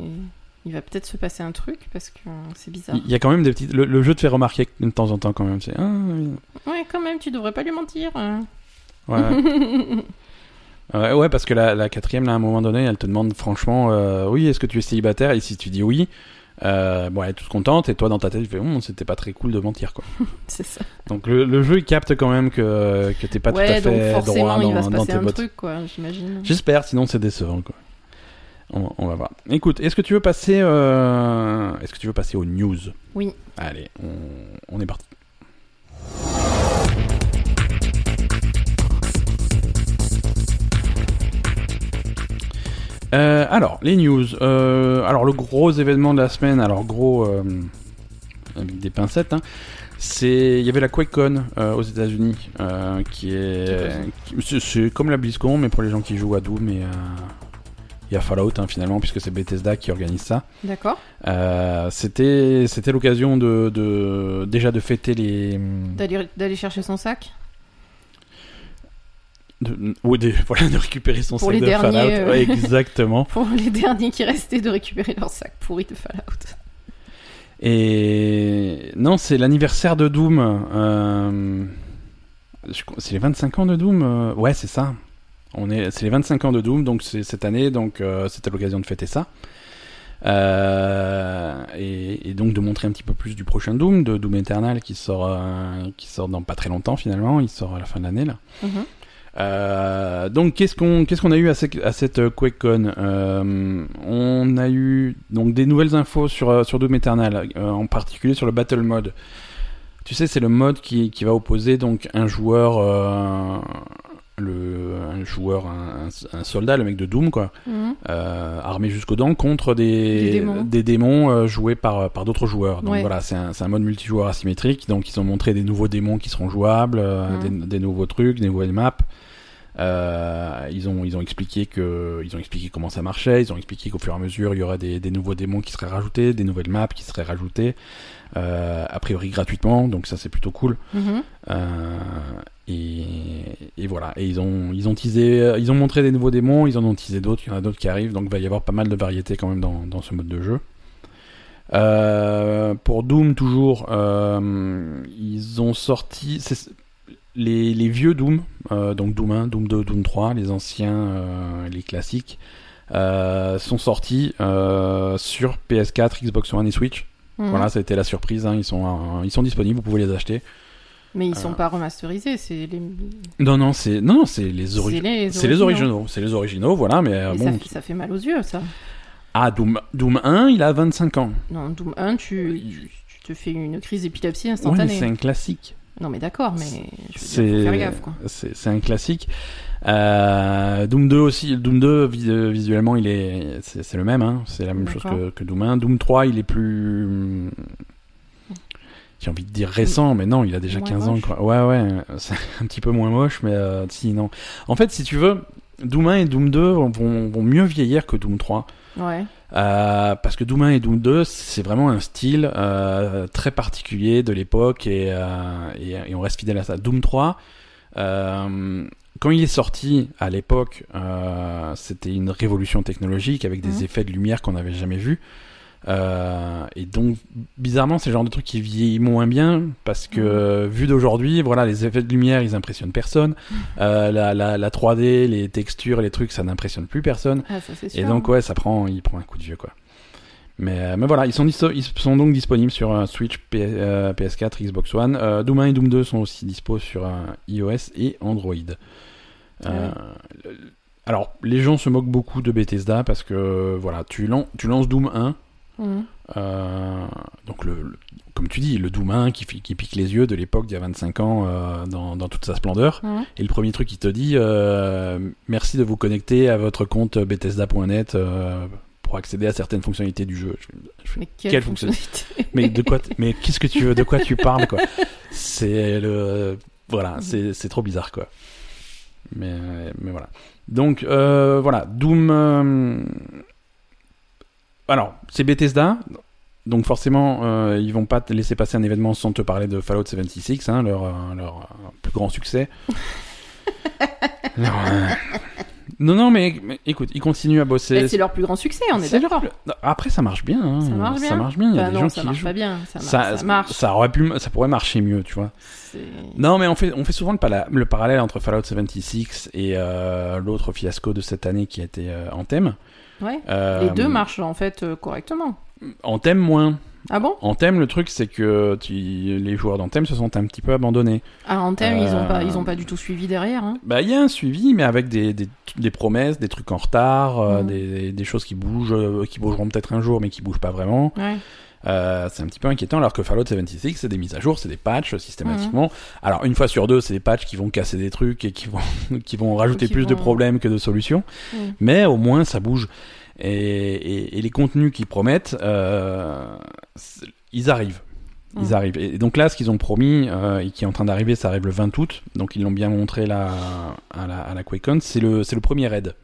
il va peut-être se passer un truc parce que c'est bizarre.
Il y a quand même des petites. Le, le jeu te fait remarquer de temps en temps, quand même. C'est. Ah, oui.
Ouais, quand même, tu devrais pas lui mentir. hein.
Ouais. Euh, ouais, parce que la, la quatrième, là, à un moment donné, elle te demande franchement, euh, oui, est-ce que tu es célibataire Et si tu dis oui, euh, bon, elle est toute contente, et toi, dans ta tête, tu fais, Hum, c'était pas très cool de mentir, quoi.
c'est ça.
Donc le, le jeu, il capte quand même que, que t'es pas tout à
ouais, donc
fait
forcément,
droit dans,
il va se
dans
passer
tes
un
bottes.
truc, quoi, j'imagine.
J'espère, sinon c'est décevant, quoi. On, on va voir. Écoute, est-ce que tu veux passer, euh, est-ce que tu veux passer aux news
Oui.
Allez, on, on est parti. Euh, alors, les news. Euh, alors, le gros événement de la semaine, alors gros euh, avec des pincettes, hein, c'est il y avait la QuakeCon euh, aux États-Unis, euh, qui est qui- c'est- c'est comme la BlizzCon, mais pour les gens qui jouent à Doom et, à- et à Fallout hein, finalement, puisque c'est Bethesda qui organise ça.
D'accord.
Euh, c'était c'était l'occasion de, de- déjà de fêter les
D'aller d'aller chercher son sac.
de, ou de- voilà de récupérer son
Pour
sac
les
de
derniers,
Fallout
euh.
Ouais, exactement
Pour les derniers qui restaient de récupérer leur sac pourri de Fallout.
et non c'est l'anniversaire de Doom euh, je crois- c'est les 25 ans de Doom euh, ouais c'est ça on est c'est les 25 ans de Doom donc c'est cette année donc euh, c'était l'occasion de fêter ça Euh, et, et donc de montrer un petit peu plus du prochain Doom de Doom Eternal qui sort euh, qui sort dans pas très longtemps finalement il sort à la fin de l'année là
Mhm.
Euh, donc qu'est-ce qu'on qu'est-ce qu'on a eu à, cette- à cette euh, QuakeCon Euh, On a eu donc des nouvelles infos sur euh, sur Doom Eternal, euh, en particulier sur le Battle Mode. Tu sais, c'est le mode qui, qui va opposer donc un joueur, euh, le un joueur, un, un- un soldat, le mec de Doom quoi,
Mhm.
euh, armé jusqu'aux dents contre des
Des démons.
démons, euh, joués par par d'autres joueurs. Donc
Ouais.
voilà, c'est un, c'est un mode multijoueur asymétrique. Donc ils ont montré des nouveaux démons qui seront jouables, euh,
Mhm.
des, des nouveaux trucs, des nouvelles maps. Euh, ils ont ils ont expliqué que ils ont expliqué comment ça marchait. Ils ont expliqué qu'au fur et à mesure il y aurait des, des nouveaux démons qui seraient rajoutés, des nouvelles maps qui seraient
Mm-hmm.
rajoutées, euh, a priori gratuitement. Donc ça c'est plutôt cool.
Mhm.
Euh, Et, et voilà. Et ils ont, ils ont teasé, euh, ils ont montré des nouveaux démons, ils en ont teasé d'autres, il y en a d'autres qui arrivent, donc il va y avoir pas mal de variété quand même dans, dans ce mode de jeu. Euh, pour Doom, toujours, euh, ils ont sorti c'est- les, les vieux Doom, euh, donc Doom 1, Doom 2, Doom 3, les anciens, euh, les classiques, euh, sont sortis euh, sur PS4, Xbox One et Switch.
Mhm.
Voilà, ça a été la surprise, hein, ils, sont, euh, ils sont disponibles, vous pouvez les acheter.
Mais ils sont
Euh,
pas remasterisés, c'est les,
Non, non, c'est non, non, c'est les, ori-
les
c'est les originaux. C'est les originaux, voilà, mais euh,
Mais ça,
bon.
fait, ça fait mal aux yeux, ça.
Ah, Doom, Doom 1, il a 25 ans.
Non, Doom 1, tu,
Il-
tu- tu te fais une crise d'épilepsie
Ouais, mais
instantanée.
c'est un classique.
non, mais d'accord, mais je veux dire, faut
C'est
faire gaffe, quoi.
c'est- c'est un classique. Euh, Doom 2 aussi. Doom 2 vis- euh, visuellement, il est c'est c'est le même. hein. C'est la même chose
D'accord.
que, que Doom 1. Doom 3, il est plus hum, j'ai envie de dire récent, mais non, il a déjà
Moins
15
moche.
ans. Quoi. Ouais, ouais, c'est un petit peu moins moche, mais euh, si, non. En fait, si tu veux, Doom 1 et Doom 2 vont, vont mieux vieillir que Doom 3.
Ouais.
Euh, parce que Doom 1 et Doom 2, c'est vraiment un style euh, très particulier de l'époque et, euh, et, et on reste fidèle à ça. Doom 3, euh, quand il est sorti à l'époque, euh, c'était une révolution technologique avec des
Mhm.
effets de lumière qu'on n'avait jamais vus. Euh, et donc, bizarrement, c'est le genre de truc qui vieillit moins bien parce que, vu d'aujourd'hui, voilà, les effets de lumière, ils impressionnent personne. Euh, la, la, la 3D, les textures, les trucs, ça n'impressionne plus personne.
Ah, ça, c'est sûr.
Et donc ouais, ça prend, il prend un coup de vieux quoi. Mais, euh, mais voilà, ils sont, disto- ils sont donc disponibles sur euh, Switch, P- euh, PS4, Xbox One. Euh, Doom 1 et Doom 2 sont aussi dispo sur euh, iOS et Android. Euh, le- alors, les gens se moquent beaucoup de Bethesda parce que euh, voilà, tu, lan- tu lances Doom 1,
Mhm.
euh, donc le, le- comme tu dis, le Doom 1 qui, fi- qui pique les yeux de l'époque d'il y a 25 ans euh, dans, dans toute sa splendeur.
Mhm.
Et le premier truc, il te dit euh, merci de vous connecter à votre compte Bethesda.net euh, pour accéder à certaines fonctionnalités du jeu. Je- je fais,
Mais quelle,
Quelle
fonctionnalité
mais de quoi t- Mais qu'est-ce que tu veux De quoi tu parles quoi C'est le
Mm.
voilà, c'est c'est trop bizarre quoi. Mais mais voilà. Donc euh, voilà, Doom. euh, Alors c'est Bethesda. Donc forcément, euh, ils vont pas te laisser passer un événement sans te parler de Fallout 76, hein, leur, euh, leur euh, plus grand succès. Alors, euh, Non, non, mais, mais écoute, ils continuent à
Mais
bosser.
Bah, C'est leur plus grand succès, on est
C'est leur
d'accord.
plus- Non, Après, ça marche bien. hein.
Ça marche bien.
Il y a
Enfin,
des
non,
gens
ça
qui y
marche
jouent.
pas bien. Ça, marche-
Ça,
ça marche.
ça aurait pu, ça pourrait marcher mieux, tu vois.
C'est-
Non, mais on fait, on fait souvent le, pala- le parallèle entre Fallout 76 et euh, l'autre fiasco de cette année qui a été euh, Anthem.
Ouais.
Euh,
Les deux marchent en fait euh, correctement.
Anthem moins.
Ah bon
Anthem, le truc, c'est que tu- les joueurs d'Anthem se sont un petit peu abandonnés.
À Anthem, Ah, ils ont pas,
Euh,
ils ont pas du tout suivi derrière. hein.
Bah, il y a un suivi, mais avec des, des, des promesses, des trucs en retard, euh,
Mhm.
des, des choses qui bougent, euh, qui bougeront peut-être un jour, mais qui bougent pas vraiment.
Ouais.
Euh, c'est un petit peu inquiétant alors que Fallout 76 c'est des mises à jour, c'est des patchs euh, systématiquement. Alors une fois sur deux c'est des patchs qui vont casser des trucs et qui vont, qui vont rajouter
Qui
plus de
vont-
problèmes que de solutions,
Mm.
mais au moins ça bouge. Et, et- et les contenus qu'ils promettent, euh, c'est- ils arrivent. Ils
Mm.
arrivent. Et donc là, ce qu'ils ont promis euh, et qui est en train d'arriver, ça arrive le 20 août. Donc ils l'ont bien montré là à la, à la QuakeCon. C'est le, c'est le premier raid.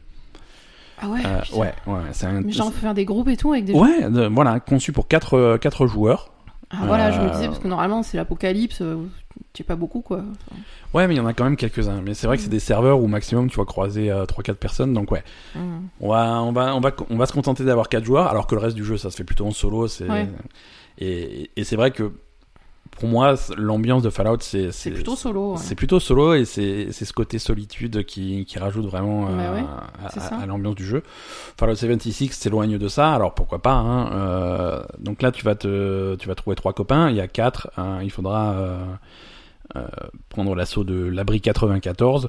Ah ouais.
Euh,
putain.
ouais, ouais. C'est un.
Mais genre on peut faire des groupes et tout avec des. gens.
Ouais, de- voilà, conçu pour 4 quatre, euh, quatre joueurs.
Ah voilà, je me
Euh,
disais parce que normalement c'est l'apocalypse, euh, tu es pas beaucoup quoi. Enfin,
Ouais, mais il y en a quand même quelques-uns. Mais c'est vrai que
Mm.
c'est des serveurs où maximum tu vas croiser 3-4 personnes. Donc ouais,
hum.
on va, on va, on va, on va se contenter d'avoir 4 joueurs, alors que le reste du jeu, ça se fait plutôt en solo. C'est
Ouais.
et, et c'est vrai que pour moi, c'est- l'ambiance de Fallout, c'est
C'est plutôt solo. ouais.
c'est plutôt solo et c'est c'est ce côté solitude qui, qui rajoute vraiment euh,
Bah ouais,
à-
c'est
à,
ça.
à l'ambiance du jeu. Fallout 76 s'éloigne de ça, alors pourquoi pas. hein, euh, donc là, tu vas, te, tu vas trouver trois copains, il y a quatre, hein, il faudra euh, euh, prendre l'assaut de l'abri 94,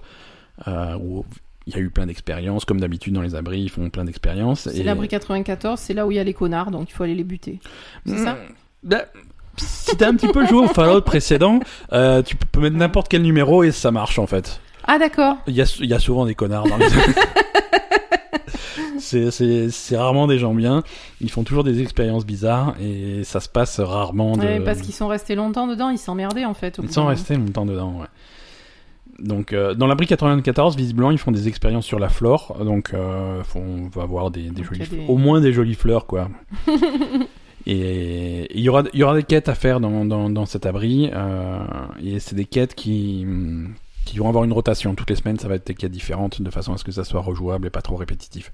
euh, où il y a eu plein d'expériences, comme d'habitude dans les abris, ils font plein d'expériences.
C'est l'abri 94, c'est là où il y a les connards, donc il faut aller les buter. C'est ça
Ben, Si t'as un petit peu joué au Fallout précédent, euh, tu peux mettre n'importe quel numéro et ça marche en fait.
Ah d'accord.
Il y a, il y a souvent des connards dans les. c'est, c'est, c'est rarement des gens bien. Ils font toujours des expériences bizarres et ça se passe rarement. De...
Ouais, parce qu'ils sont restés longtemps dedans, ils s'emmerdaient en fait. au
Ils
bout
sont
d'un
restés longtemps dedans, ouais. Donc, euh, dans l'abri 94, visiblement, ils font des expériences sur la flore. Donc, euh, faut- on va avoir des, des
Donc,
jolies,
il y a des-
au moins des jolies fleurs, quoi. et il y aura, il y aura des quêtes à faire dans, dans, dans cet abri. euh, et c'est des quêtes qui, qui vont avoir une rotation. Toutes les semaines, ça va être des quêtes différentes de façon à ce que ça soit rejouable et pas trop répétitif.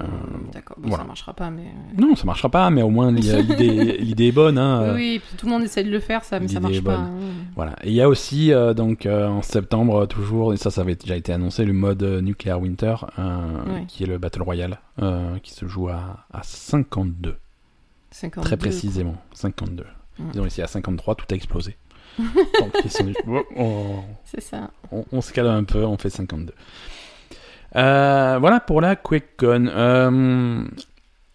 Euh,
D'accord, bon,
voilà.
ça marchera pas, mais.
non, ça marchera pas, mais au moins il y a- l'idée l'idée est bonne. Hein, euh,
Oui, puis tout le monde essaie de le faire, ça, mais ça
l'idée est
marche pas.
bonne.
hein.
Voilà. Et il y a aussi euh, donc euh, en septembre euh, toujours et ça ça avait déjà été annoncé le mode euh, Nuclear Winter euh,
Ouais.
qui est le battle royale euh, qui se joue à, à 52
52,
très précisément 52.
Ouais.
Ils ont essayé à 53 tout a explosé. Donc ils sont oh, dit, bon, on,
quoi. C'est ça.
on- on se calme un peu on fait 52. Euh, voilà pour la QuakeCon. Euh,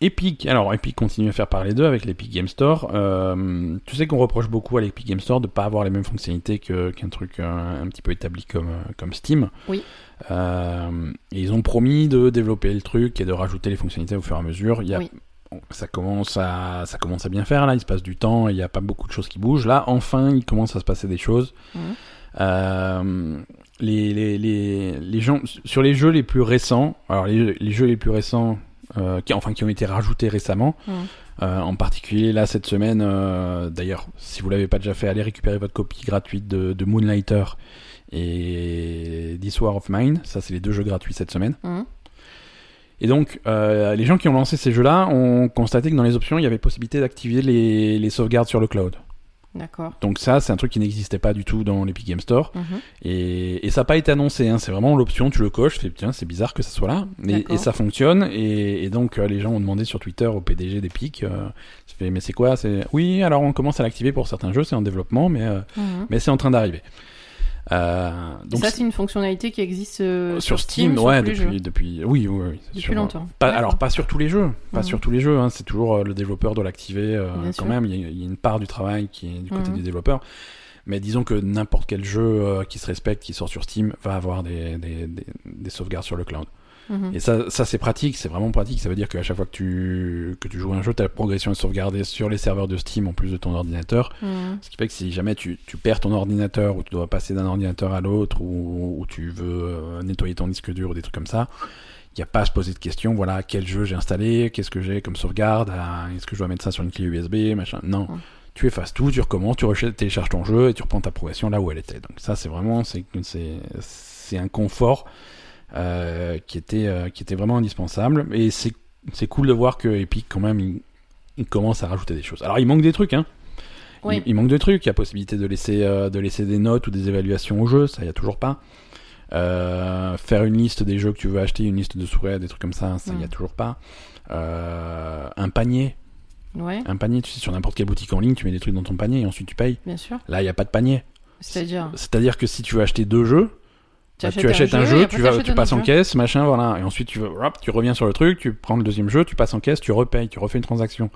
Epic, alors Epic continue à faire parler d'eux avec l'Epic Game Store. Euh, tu sais qu'on reproche beaucoup à l'Epic Game Store de ne pas avoir les mêmes fonctionnalités que- qu'un truc euh, un petit peu établi comme, euh, comme Steam.
Oui.
Euh, et ils ont promis de développer le truc et de rajouter les fonctionnalités au fur et à mesure. Il y a-
Oui.
bon, Ça commence, à, ça commence à bien faire là, il se passe du temps, il n'y a pas beaucoup de choses qui bougent. Là, enfin, il commence à se passer des choses.
Mhm.
Euh, les, les, les, les gens, sur les jeux les plus récents, alors les, les jeux les plus récents euh, qui, enfin qui ont été rajoutés récemment.
Mm.
Euh, en particulier là cette semaine, euh, d'ailleurs, si vous l'avez pas déjà fait, allez récupérer votre copie gratuite de, de Moonlighter et This War of Mine. Ça, c'est les deux jeux gratuits cette semaine.
Hein.
Et donc, euh, les gens qui ont lancé ces jeux-là ont constaté que dans les options, il y avait possibilité d'activer les, les sauvegardes sur le cloud.
D'accord.
Donc ça, c'est un truc qui n'existait pas du tout dans l'Epic Game Store.
Mhm.
Et, et ça n'a pas été annoncé, hein. c'est vraiment l'option, tu le coches, tu fais tiens, c'est bizarre que ça soit là, et,
D'accord.
et ça fonctionne. Et, et donc euh, les gens ont demandé sur Twitter au PDG d'Epic, euh, je fais, mais c'est quoi C'est Oui, alors on commence à l'activer pour certains jeux, c'est en développement, mais, euh,
Mhm.
mais c'est en train d'arriver. Euh, donc
ça, c'est une fonctionnalité qui existe euh,
sur, Steam,
sur
ouais,
tous les jeux.
depuis, depuis, oui, oui, oui,
Depuis
sur- euh,
longtemps.
pas-
D'accord.
alors pas sur tous les jeux, pas
Mhm.
sur tous les jeux, hein, c'est toujours euh, le développeur doit l'activer euh,
Bien
quand
sûr.
même, il y, a, il y a une part du travail qui est du côté
Mhm.
du développeur. Mais disons que n'importe quel jeu euh, qui se respecte, qui sort sur Steam, va avoir des, des, des- des sauvegardes sur le cloud.
Mhm.
Et ça, ça c'est pratique, c'est vraiment pratique, ça veut dire qu'à chaque fois que tu, que tu joues à un jeu, ta progression est sauvegardée sur les serveurs de Steam en plus de ton ordinateur.
Mhm.
Ce qui fait que si jamais tu, tu perds ton ordinateur ou tu dois passer d'un ordinateur à l'autre ou, ou tu veux euh, nettoyer ton disque dur ou des trucs comme ça, il n'y a pas à se poser de questions. Voilà, quel jeu j'ai installé, qu'est-ce que j'ai comme sauvegarde, ah, est-ce que je dois mettre ça sur une clé USB, machin. Non,
Mm.
tu effaces tout, tu recommences, tu recha- télécharges ton jeu et tu reprends ta progression là où elle était. Donc ça, c'est vraiment c'est c'est c'est un confort euh, qui était euh, qui était vraiment indispensable et c'est c'est cool de voir que Epic quand même il, il commence à rajouter des choses. Alors il manque des trucs, hein.
Oui.
Il, il manque de trucs. Il y a possibilité de laisser, euh, de laisser des notes ou des évaluations au jeu, ça, il n'y a toujours pas. Euh, faire une liste des jeux que tu veux acheter, une liste de souhaits, des trucs comme ça, ça, il n'y a
Mm.
toujours pas. Euh, un panier.
Ouais,
Un panier, tu sais, sur n'importe quelle boutique en ligne, tu mets des trucs dans ton panier et ensuite tu payes.
bien sûr.
Là, il n'y a pas de panier.
C'est-à-dire,
C'est-à-dire que si tu veux acheter deux jeux, bah, tu achètes un
et
jeu,
après,
tu, vas,
t'achètes
tu
un
passes en
autre jeu.
caisse, machin, voilà. Et ensuite, tu, vas- hop, tu reviens sur le truc, tu prends le deuxième jeu, tu passes en caisse, tu repayes, tu refais une transaction.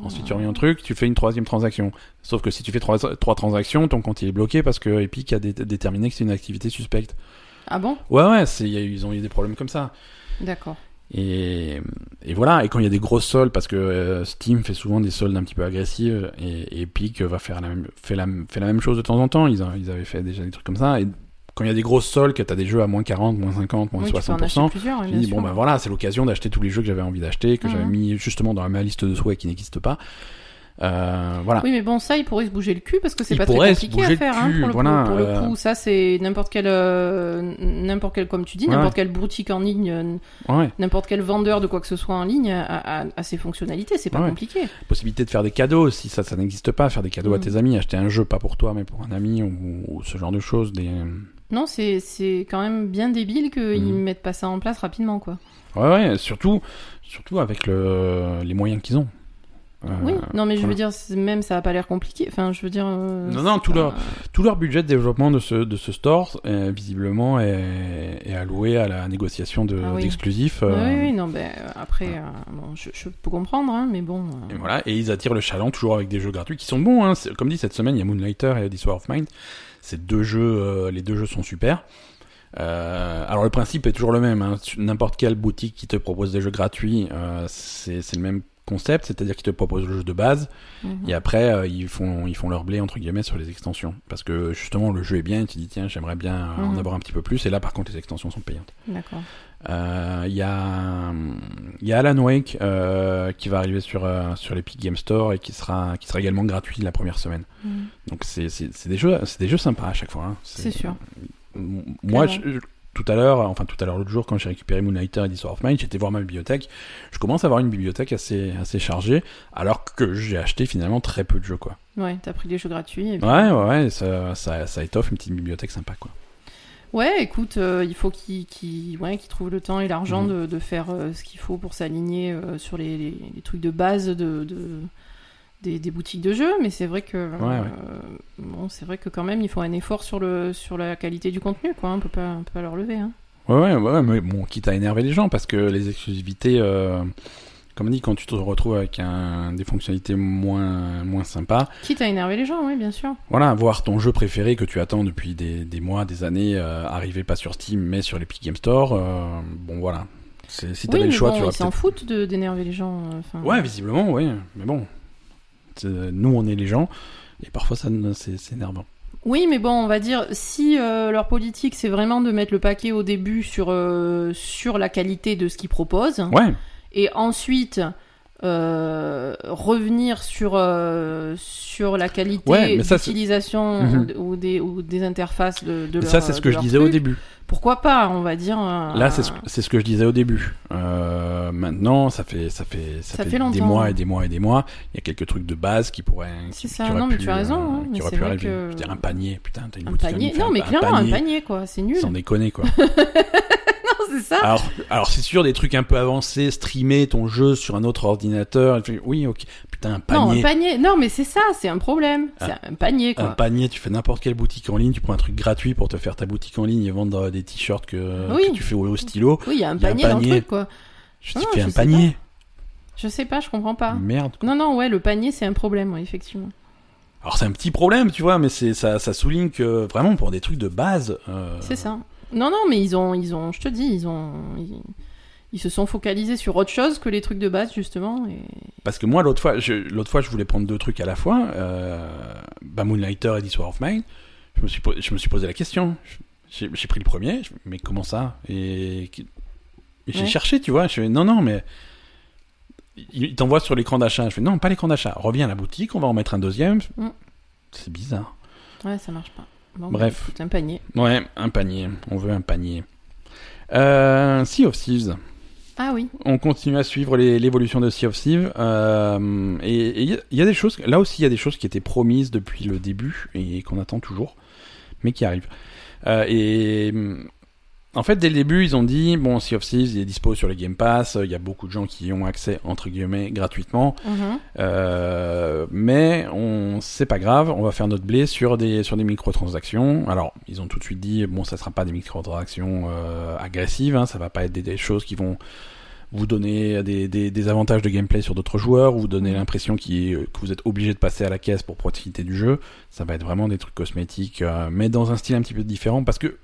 Ensuite, tu reviens au truc, tu fais une troisième transaction. Sauf que si tu fais trois, trois transactions, ton compte il est bloqué parce que Epic a dé- déterminé que c'est une activité suspecte.
Ah bon
Ouais, ouais, c'est- il y a eu- ils ont eu des problèmes comme ça.
D'accord.
Et, et voilà, et quand il y a des grosses soldes, parce que euh, Steam fait souvent des soldes un petit peu agressives, et, et Epic va faire la même, fait, la, fait la même chose de temps en temps, ils, a- ils avaient fait déjà des trucs comme ça, et quand il y a des grosses soldes, que t'as des jeux à moins 40, moins 50, moins
Oui, tu peux en
60%,
acheter plusieurs, hein,
j'ai
bien
dit,
sûr.
bon bah voilà, c'est l'occasion d'acheter tous les jeux que j'avais envie d'acheter, que
Mhm.
j'avais mis justement dans ma liste de souhaits qui n'existe pas. Euh, voilà.
Oui, mais bon, ça, il pourrait se bouger le cul parce que c'est
Il
pas très
pourrait se
compliqué
bouger
à
le
faire. hein,
cul,
pour, le
voilà,
coup, pour le
euh.
coup, ça, c'est n'importe quel, euh, n'importe quel, comme tu dis,
Ouais.
n'importe quelle boutique en ligne, euh,
Ouais.
n'importe quel vendeur de quoi que ce soit en ligne a, a- a ses fonctionnalités. C'est pas
Ouais.
compliqué.
Possibilité de faire des cadeaux aussi, ça, ça n'existe pas. Faire des cadeaux à
Mhm.
tes amis, acheter un jeu, pas pour toi, mais pour un ami, ou, ou ce genre de choses. Des...
Non, c'est, c'est quand même bien débile qu'ils
Mhm.
mettent pas ça en place rapidement, quoi.
Ouais, ouais, surtout, surtout avec le, les moyens qu'ils ont. Euh,
oui, non, mais je
voilà.
veux dire, c'est- même ça a pas l'air compliqué. Enfin, je veux dire. euh,
Non, non,
c'est
tout
pas-
leur- Tout leur budget de développement de ce, de ce store, euh, visiblement, est, est alloué à la négociation de-
Ah oui.
d'exclusifs.
Oui,
euh,
Oui, oui, non, ben euh, après, euh, bon, je, je peux comprendre, hein, mais bon. euh,
Et voilà, et ils attirent le chaland toujours avec des jeux gratuits qui sont bons. Hein. C'est- Comme dit cette semaine, il y a Moonlighter et This War of Mind. Ces deux jeux, euh, les deux jeux sont super. Euh, alors le principe est toujours le même. hein. Sur N'importe quelle boutique qui te propose des jeux gratuits, euh, c'est c'est le même concept, c'est-à-dire qu'ils te proposent le jeu de base
mhm.
et après euh, ils font ils font leur blé entre guillemets sur les extensions parce que justement le jeu est bien et tu dis tiens j'aimerais bien euh, en
Mhm.
avoir un petit peu plus et là par contre les extensions sont payantes.
D'accord.
Euh, Il y, a, hum, il y a Alan Wake euh, qui va arriver sur, euh, sur l'Epic Game Store et qui sera, qui sera également gratuit la première semaine.
Mhm.
Donc c'est c'est- c'est des, jeux- c'est des jeux sympas à chaque fois. hein.
C'est sûr.
moi, je- je- tout à l'heure, enfin tout à l'heure l'autre jour, quand j'ai récupéré Moonlighter et This War of Mine, j'étais voir ma bibliothèque. Je commence à avoir une bibliothèque assez, assez chargée, alors que j'ai acheté finalement très peu de jeux, quoi.
Ouais, t'as pris des jeux gratuits. et puis-
Ouais, ouais, ouais, ça, ça, ça étoffe une petite bibliothèque sympa, quoi.
Ouais, écoute, euh, il faut qu'il qu'il- ouais, qu'il trouve le temps et l'argent
Mhm.
de, de faire euh, ce qu'il faut pour s'aligner euh, sur les, les- les trucs de base de, de- des, des boutiques de jeux. Mais c'est vrai que
ouais.
euh, bon, c'est vrai que quand même, il faut un effort sur le sur la qualité du contenu, quoi. hein. On peut pas, on peut pas leur lever. hein.
Ouais, ouais, ouais, mais bon, quitte à énerver les gens, parce que les exclusivités, euh, comme on dit, quand tu te retrouves avec un, des fonctionnalités moins, moins sympas,
Quitte à énerver les gens, oui, bien sûr.
voilà, voir ton jeu préféré que tu attends depuis des, des mois, des années, euh, arriver pas sur Steam, mais sur l'Epic Game Store, euh, bon, voilà. C'est- Si t'avais
oui, mais
le choix,
bon,
tu aurais
ils s'en
peut-être...
foutent de- d'énerver les gens. euh, enfin.
Ouais, visiblement, ouais, mais bon. C'est- Nous, on est les gens, et parfois, ça, ne- c'est c'est énervant.
Oui, mais bon, on va dire, si euh, leur politique, c'est vraiment de mettre le paquet au début sur, euh, sur la qualité de ce qu'ils proposent,
Ouais,
et ensuite euh, revenir sur, euh, sur la qualité
Ouais, mais ça, c'est-
d'utilisation
Mhm.
ou, ou des, ou des interfaces de, de
et
leur,
ça, c'est ce
de
que je
leur
disais au
truc.
début.
Pourquoi pas, on va dire. euh,
Là, c'est ce, c'est ce que je disais au début. Euh, maintenant, ça fait, ça fait, ça,
Ça
fait,
fait
des
longtemps.
mois et des mois et des mois. Il y a quelques trucs de base qui pourraient.
C'est
qui-
ça,
qui auraient
non, mais
pu,
tu as raison,
euh,
hein,
qui
mais
auraient
c'est
pu
vrai
arriver.
que-
Je veux dire, un panier, putain, t'as une
Un
boutique à nous
panier.
faire,
Non, mais
un
clairement, un
panier,
panier, quoi, c'est nul.
Sans déconner, quoi.
c'est ça.
alors, alors c'est sûr, des trucs un peu avancés, streamer ton jeu sur un autre ordinateur. tu fais, Oui, ok. Putain, un
Non, un
panier. Ah.
panier. Non, mais c'est ça, c'est un problème. C'est un panier,
un
quoi.
panier, tu fais n'importe quelle boutique en ligne, tu prends un truc gratuit pour te faire ta boutique en ligne et vendre euh, des t-shirts que, que
Oui.
tu fais au, au stylo.
Oui, il y a un
Il y a un
panier dans le
panier.
truc, quoi.
Je
Ah,
te fais
je
un
sais pas.
panier.
Je sais pas, je comprends pas.
Merde.
Non, non, ouais, le panier, c'est un problème, ouais, effectivement.
Alors c'est un petit problème, tu vois, mais c'est ça, ça souligne que vraiment pour des trucs de base. euh,
C'est ça. Non, non, mais ils ont, ils ont, je te dis, ils ont, ils, ils se sont focalisés sur autre chose que les trucs de base, justement. Et...
Parce que moi l'autre fois, je, l'autre fois je voulais prendre deux trucs à la fois, euh, bah, Moonlighter et This War of Mine. Je me suis, po- je me suis posé la question. Je- J'ai, j'ai pris le premier, je- mais comment ça Et, qui- et j'ai
Ouais.
cherché, tu vois. Je fais, non, non, mais il, il t'envoie sur l'écran d'achat. Je fais non, pas l'écran d'achat. Reviens à la boutique, on va en mettre un deuxième.
Mm.
C'est bizarre.
Ouais, ça marche pas. Bon,
Bref.
bah, écoute, un panier.
Ouais, un panier. On veut un panier. Euh, sea of Thieves.
Ah oui.
On continue à suivre les- l'évolution de Sea of Thieves. euh, et il y, a- y a des choses, là aussi, il y a des choses qui étaient promises depuis le début et qu'on attend toujours, mais qui arrivent. Euh, et hum, en fait, dès le début, ils ont dit bon, Sea of Thieves, il est dispo sur le Game Pass. Il y a beaucoup de gens qui y ont accès entre guillemets gratuitement.
Mhm.
Euh, mais on, c'est pas grave, on va faire notre blé sur des sur des microtransactions. Alors, ils ont tout de suite dit bon, ça sera pas des microtransactions euh, agressives, hein, ça va pas être des, des choses qui vont vous donner des, des, des avantages de gameplay sur d'autres joueurs, ou vous donner
Mhm.
l'impression qu'il- que vous êtes obligé de passer à la caisse pour profiter du jeu. Ça va être vraiment des trucs cosmétiques, euh, mais dans un style un petit peu différent, parce que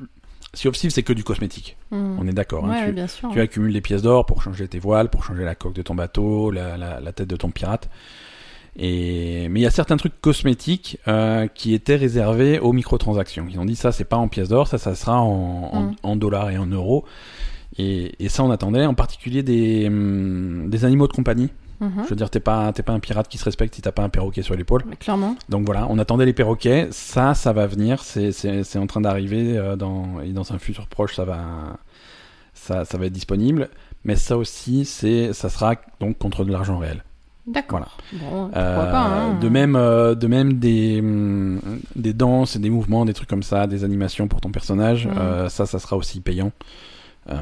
Sea of Thieves, c'est que du cosmétique.
Mhm.
On est d'accord. hein,
Ouais,
tu-
ouais, bien sûr.
tu accumules des pièces d'or pour changer tes voiles, pour changer la coque de ton bateau, la, la- la tête de ton pirate. Et... Mais il y a certains trucs cosmétiques euh, qui étaient réservés aux microtransactions. Ils ont dit ça, c'est pas en pièces d'or, ça, ça sera en, en-
Mm.
en dollars et en euros. Et, et ça, on attendait, en particulier des, hum, des animaux de compagnie.
Mhm.
Je veux dire, t'es pas, t'es pas un pirate qui se respecte si t'as pas un perroquet sur l'épaule.
Mais clairement.
Donc voilà, on attendait les perroquets. Ça, ça va venir. C'est- C'est c'est en train d'arriver euh, dans, et dans un futur proche, ça va, ça, ça va être disponible. Mais ça aussi, c'est, ça sera donc contre de l'argent réel.
D'accord.
Voilà.
Bon, pourquoi
Euh,
pas. hein.
De même, euh, de même des, hum, des danses, des mouvements, des trucs comme ça, des animations pour ton personnage.
Mhm.
euh, ça, ça sera aussi payant. Euh,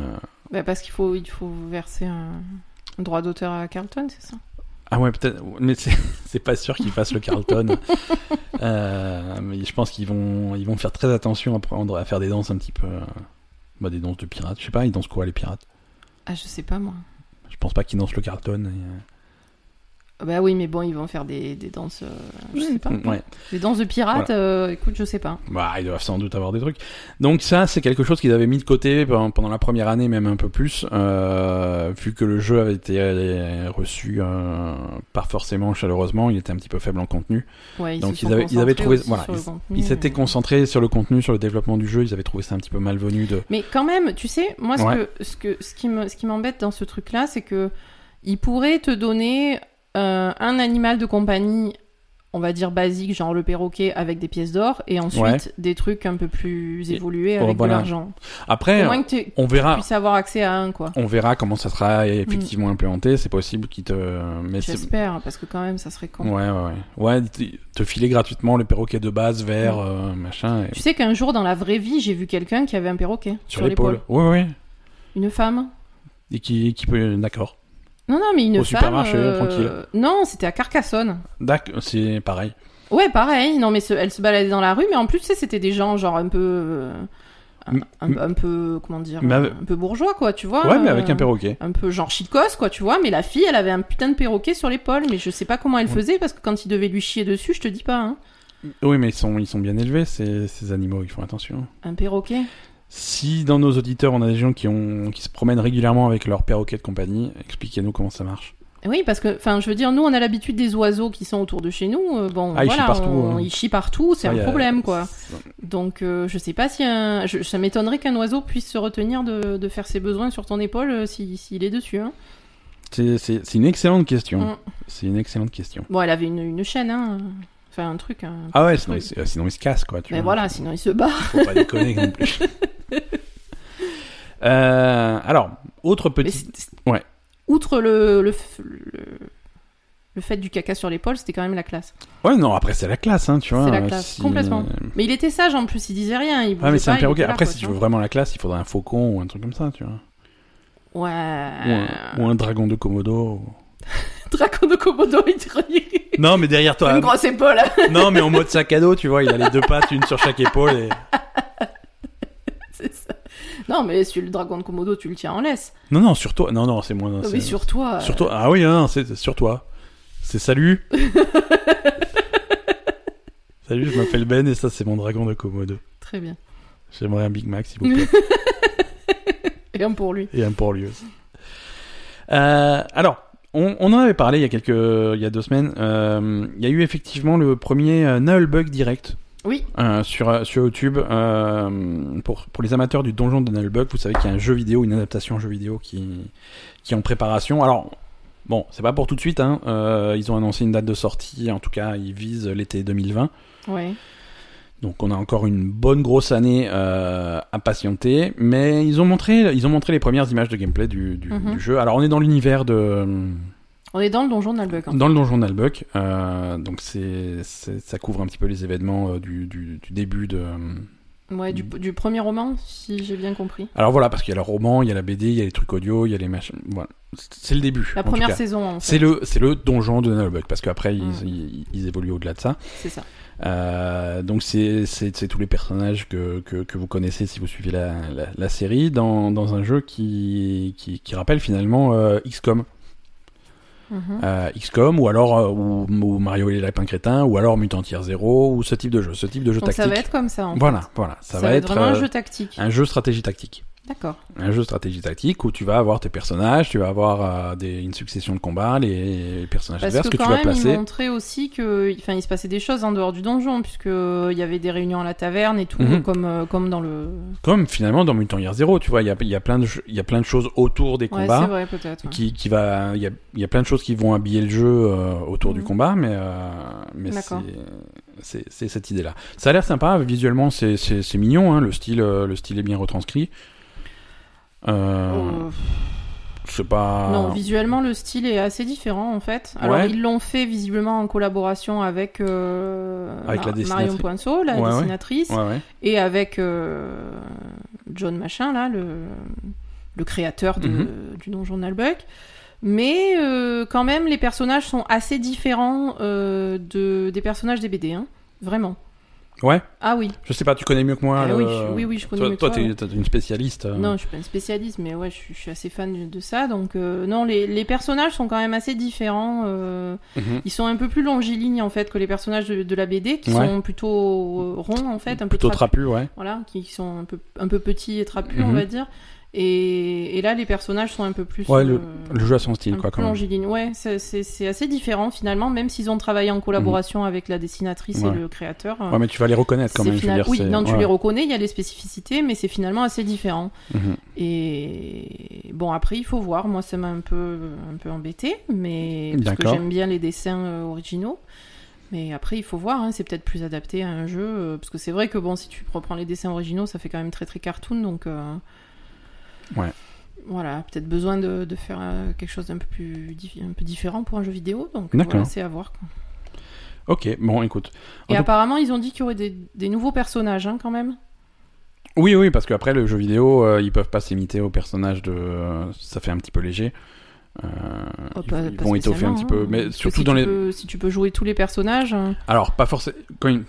Bah, parce qu'il faut, il faut verser un un droit d'auteur à Carlton, c'est ça
ah ouais, peut-être. Mais c'est c'est pas sûr qu'ils fassent le Carlton. Euh, mais je pense qu'ils vont, ils vont faire très attention à, prendre, à faire des danses un petit peu. euh, bah, des danses de pirates. Je sais pas, ils dansent quoi les pirates
Ah, je sais pas moi.
Je pense pas qu'ils dansent le Carlton. et, euh,
Bah oui, mais bon, ils vont faire des, des danses, euh, je sais pas.
euh, ouais.
Des danses de pirates, euh, écoute, je sais pas.
Bah, ils doivent sans doute avoir des trucs. Donc ça, c'est quelque chose qu'ils avaient mis de côté pendant, pendant la première année, même un peu plus, euh, vu que le jeu avait été euh, reçu euh, pas forcément chaleureusement, il était un petit peu faible en contenu.
Ouais, ils
Donc,
se sont
ils avaient- ils
concentrés
avaient trouvé-
aussi
voilà,
sur le
ils-
contenu, euh,
Ils s'étaient
mais-
concentrés sur le contenu, sur le développement du jeu, ils avaient trouvé ça un petit peu malvenu de...
Mais quand même, tu sais, moi, ce,
Ouais.
que, ce, que, ce qui me- ce qui m'embête dans ce truc-là, c'est que ils pourraient te donner euh, un animal de compagnie on va dire basiques, genre le perroquet avec des pièces d'or, et ensuite
Ouais.
des trucs un peu plus
Et-
évolués
oh,
avec
voilà.
de l'argent. Au
Après,
moins que tu
on verra.
puisses avoir accès à un, quoi.
On verra comment ça sera effectivement implémenté. C'est possible qu'ils te. Mais c'est-
J'espère, parce que quand même, ça serait con.
Ouais, ouais, ouais. Ouais, t- te filer gratuitement le perroquet de base vert, euh, machin, et-
Tu sais qu'un jour, dans la vraie vie, j'ai vu quelqu'un qui avait un perroquet
sur l'épaule. Ouais, ouais.
Une femme.
Et qui, qui peut. D'accord.
Non, non, mais une
Au
femme. euh,
supermarché, tranquille.
Non, c'était à Carcassonne.
Dac, c'est pareil.
Ouais, pareil. Non, mais ce- elle se baladait dans la rue, mais en plus, tu sais, c'était des gens, genre, un peu. euh, Un,
M-
un- un peu. Comment dire
Mais avec-
Un peu bourgeois, quoi, tu vois.
ouais, mais avec
euh,
un perroquet.
Un peu genre chicos, quoi, tu vois. Mais la fille, elle avait un putain de perroquet sur l'épaule, mais je sais pas comment elle
Ouais.
faisait, parce que quand il devait lui chier dessus, je te dis pas, hein.
Oui, mais ils sont, ils sont bien élevés, ces, ces animaux, ils font attention.
Un perroquet.
Si dans nos auditeurs, on a des gens qui, ont, qui se promènent régulièrement avec leur perroquet de compagnie, expliquez-nous comment ça marche.
Oui, parce que, enfin, je veux dire, nous, on a l'habitude des oiseaux qui sont autour de chez nous. euh, Bon,
Ah, ils
voilà,
chient partout,
on-
hein.
ils chient partout, c'est
Ah, y
un
a-
problème, quoi. Donc, euh, je sais pas si un. je- ça m'étonnerait qu'un oiseau puisse se retenir de, de faire ses besoins sur ton épaule euh, si- s'il est dessus. hein.
C'est c'est- c'est une excellente question.
Mm.
C'est une excellente question.
Bon, elle avait une, une chaîne, hein. Enfin, un truc. hein.
Ah ouais, sinon,
Oui.
il, se- euh, sinon il se casse, quoi. Tu
Mais
vois.
voilà, sinon il se barre.
Faut pas déconner non plus. Euh, alors, autre
Mais
petit.
c'est- c'est-
Ouais.
Outre le, le, f- le, le fait du caca sur l'épaule, c'était quand même la classe.
Ouais, non, après, c'est la classe, hein, tu vois.
C'est la
euh,
classe,
si-
complètement. Mais il était sage en plus, il disait rien. Il
Ah,
bougeait
mais c'est un
pas, il
perroquet.
était là,
Après,
quoi,
si
tu
tu veux vraiment la classe, il faudrait un faucon ou un truc comme ça, tu vois.
vois.
Ou
Ouais.
un, ou un dragon de Komodo. ou-
Dragon de Komodo, il dirait.
Non, mais derrière toi.
Une grosse épaule. hein.
Non, mais en mode sac à dos, tu vois, il a les deux pattes, une sur chaque épaule. et-
C'est ça. Non, mais si le dragon de Komodo, tu le tiens en laisse.
Non, non, sur toi. Non, non, c'est moins.
Non,
c'est-
mais sur toi. euh,
Sur toi. Ah oui, non, non, c'est sur toi. C'est salut. salut, je m'appelle Ben et ça, c'est mon dragon de Komodo.
Très bien.
J'aimerais un Big Mac, s'il vous plaît.
Et un pour lui.
et un pour lui aussi. Euh, alors, on, on en avait parlé il y a quelques, il y a deux semaines. euh, il y a eu effectivement le premier euh, Nullbug direct.
Oui.
euh, sur, euh, sur YouTube, euh, pour, pour les amateurs du donjon de Nullbug, vous savez qu'il y a un jeu vidéo, une adaptation en jeu vidéo qui, qui est en préparation. Alors, bon, c'est pas pour tout de suite, hein, euh, ils ont annoncé une date de sortie, en tout cas, ils visent l'été 2020.
Ouais.
Donc on a encore une bonne grosse année euh, à patienter, mais ils ont montré ils ont montré les premières images de gameplay du, du-
Mhm.
du jeu. Alors on est dans l'univers de
On est dans le donjon de Nalbuck. hein.
dans le donjon d'Albuck, euh, donc c'est c'est- ça couvre un petit peu les événements euh, du, du, du début de.
Ouais,
Mm.
du, du premier roman, si j'ai bien compris.
Alors voilà parce qu'il y a le roman, il y a la BD, il y a les trucs audio, il y a les machins. Voilà, C'est- c'est le début.
La
en tout
première
cas.
saison, en fait.
C'est le c'est le donjon de Nalbuck parce qu'après ils,
Mhm.
ils, ils évoluent au-delà de ça.
C'est ça.
Euh, donc c'est c'est- c'est tous les personnages que, que, que vous connaissez si vous suivez la, la, la série dans, dans un jeu qui, qui, qui rappelle finalement euh, XCOM.
Mhm.
Euh, XCOM ou alors euh, ou, ou Mario et les lapins crétins ou alors Mutant Year Zero ou ce type de jeu, ce type de jeu
Donc
tactique.
ça va être comme ça, en fait.
Voilà, voilà, ça, va, être,
vraiment un
euh,
jeu tactique.
un jeu stratégie tactique
D'accord.
un jeu de stratégie tactique où tu vas avoir tes personnages, tu vas avoir euh, des, une succession de combats, les personnages
Parce
adverses
que
que,
quand
tu vas
même,
placer.
ils montraient aussi que, enfin, il se passait des choses en dehors du donjon, puisque euh, il y avait des réunions à la taverne et tout,
Mhm.
comme, euh, comme dans le.
Comme finalement dans Mutant Year Zero, tu vois, il y a, il y, a plein de jeux- il y a plein de choses autour des
Ouais,
combats.
c'est vrai peut-être. ouais.
qui, qui va il y a, il y a plein de choses qui vont habiller le jeu euh, autour du
Mhm.
combat mais euh, mais c'est-
D'accord.
c'est c'est cette idée là ça a l'air sympa visuellement c'est c'est c'est mignon hein, le style euh, le style est bien retranscrit euh,
Euh,
c'est pas
Non, visuellement le style est assez différent en fait. Alors
Ouais.
ils l'ont fait visiblement en collaboration avec, euh,
Avec la dessinatrice.
Marion Poinceau, la
Ouais, ouais.
dessinatrice,
ouais, ouais.
et avec euh, John Machin là, le, le créateur de-
Mhm.
du donjon d'Albuck. Mais euh, quand même, les personnages sont assez différents euh, de, des personnages des BD, hein. vraiment.
Ouais.
Ah oui.
je sais pas tu connais mieux que moi
Ah
le-
oui, je- oui, oui, je connais
toi,
mieux que
toi,
toi,
t'es
ouais.
t'es une spécialiste euh.
Non, je suis pas une spécialiste, mais ouais, je suis, je suis assez fan de, de ça. Donc, euh, non, les, les personnages sont quand même assez différents. euh,
Mhm.
ils sont un peu plus longilignes, en fait, que les personnages de, de la BD, qui
Ouais.
sont plutôt euh, ronds, en fait, un peu
plutôt
trapus.
trapu ouais
Voilà, qui sont un peu, un peu petits et trapus, on
Mhm.
va dire. Et, et là, les personnages sont un peu plus.
Ouais, le-
euh,
le jeu a son
un
style
peu
quoi
plus
quand même
longilignes. Ouais, c'est- c'est c'est assez différent, finalement, même s'ils ont travaillé en collaboration avec la dessinatrice
Mhm. Ouais.
et le créateur. euh,
ouais mais tu vas les reconnaître quand
c'est
même je veux
final-
dire,
Oui,
c'est-
non, tu
ouais.
les reconnais, il y a les spécificités, mais c'est finalement assez différent.
Mhm.
Et bon, après, il faut voir. Moi, ça m'a un peu, un peu embêté, mais parce que
D'accord.
j'aime bien les dessins euh, originaux. Mais après, il faut voir, hein, c'est peut-être plus adapté à un jeu. euh, parce que c'est vrai que bon, si tu reprends les dessins originaux, ça fait quand même très très cartoon. Donc. euh,
Ouais.
Voilà, peut-être besoin de, de faire euh, quelque chose d'un peu plus diffi- un peu différent pour un jeu vidéo. Donc
D'accord.
voilà, c'est à voir. quoi.
Ok, bon, écoute. En
Et
tout-
apparemment, ils ont dit qu'il y aurait des, des nouveaux personnages hein, quand même.
Oui, oui, parce qu'après, le jeu vidéo, euh, ils peuvent pas s'imiter au personnage de. euh, ça fait un petit peu léger. Euh,
Oh,
ils,
pas-
ils
pas
vont étoffer un
spécialement,
petit
hein.
peu. Mais
Parce que
surtout
si
dans
tu
les.
peux- si tu peux jouer tous les personnages. hein.
Alors, pas forcément. Quand ils-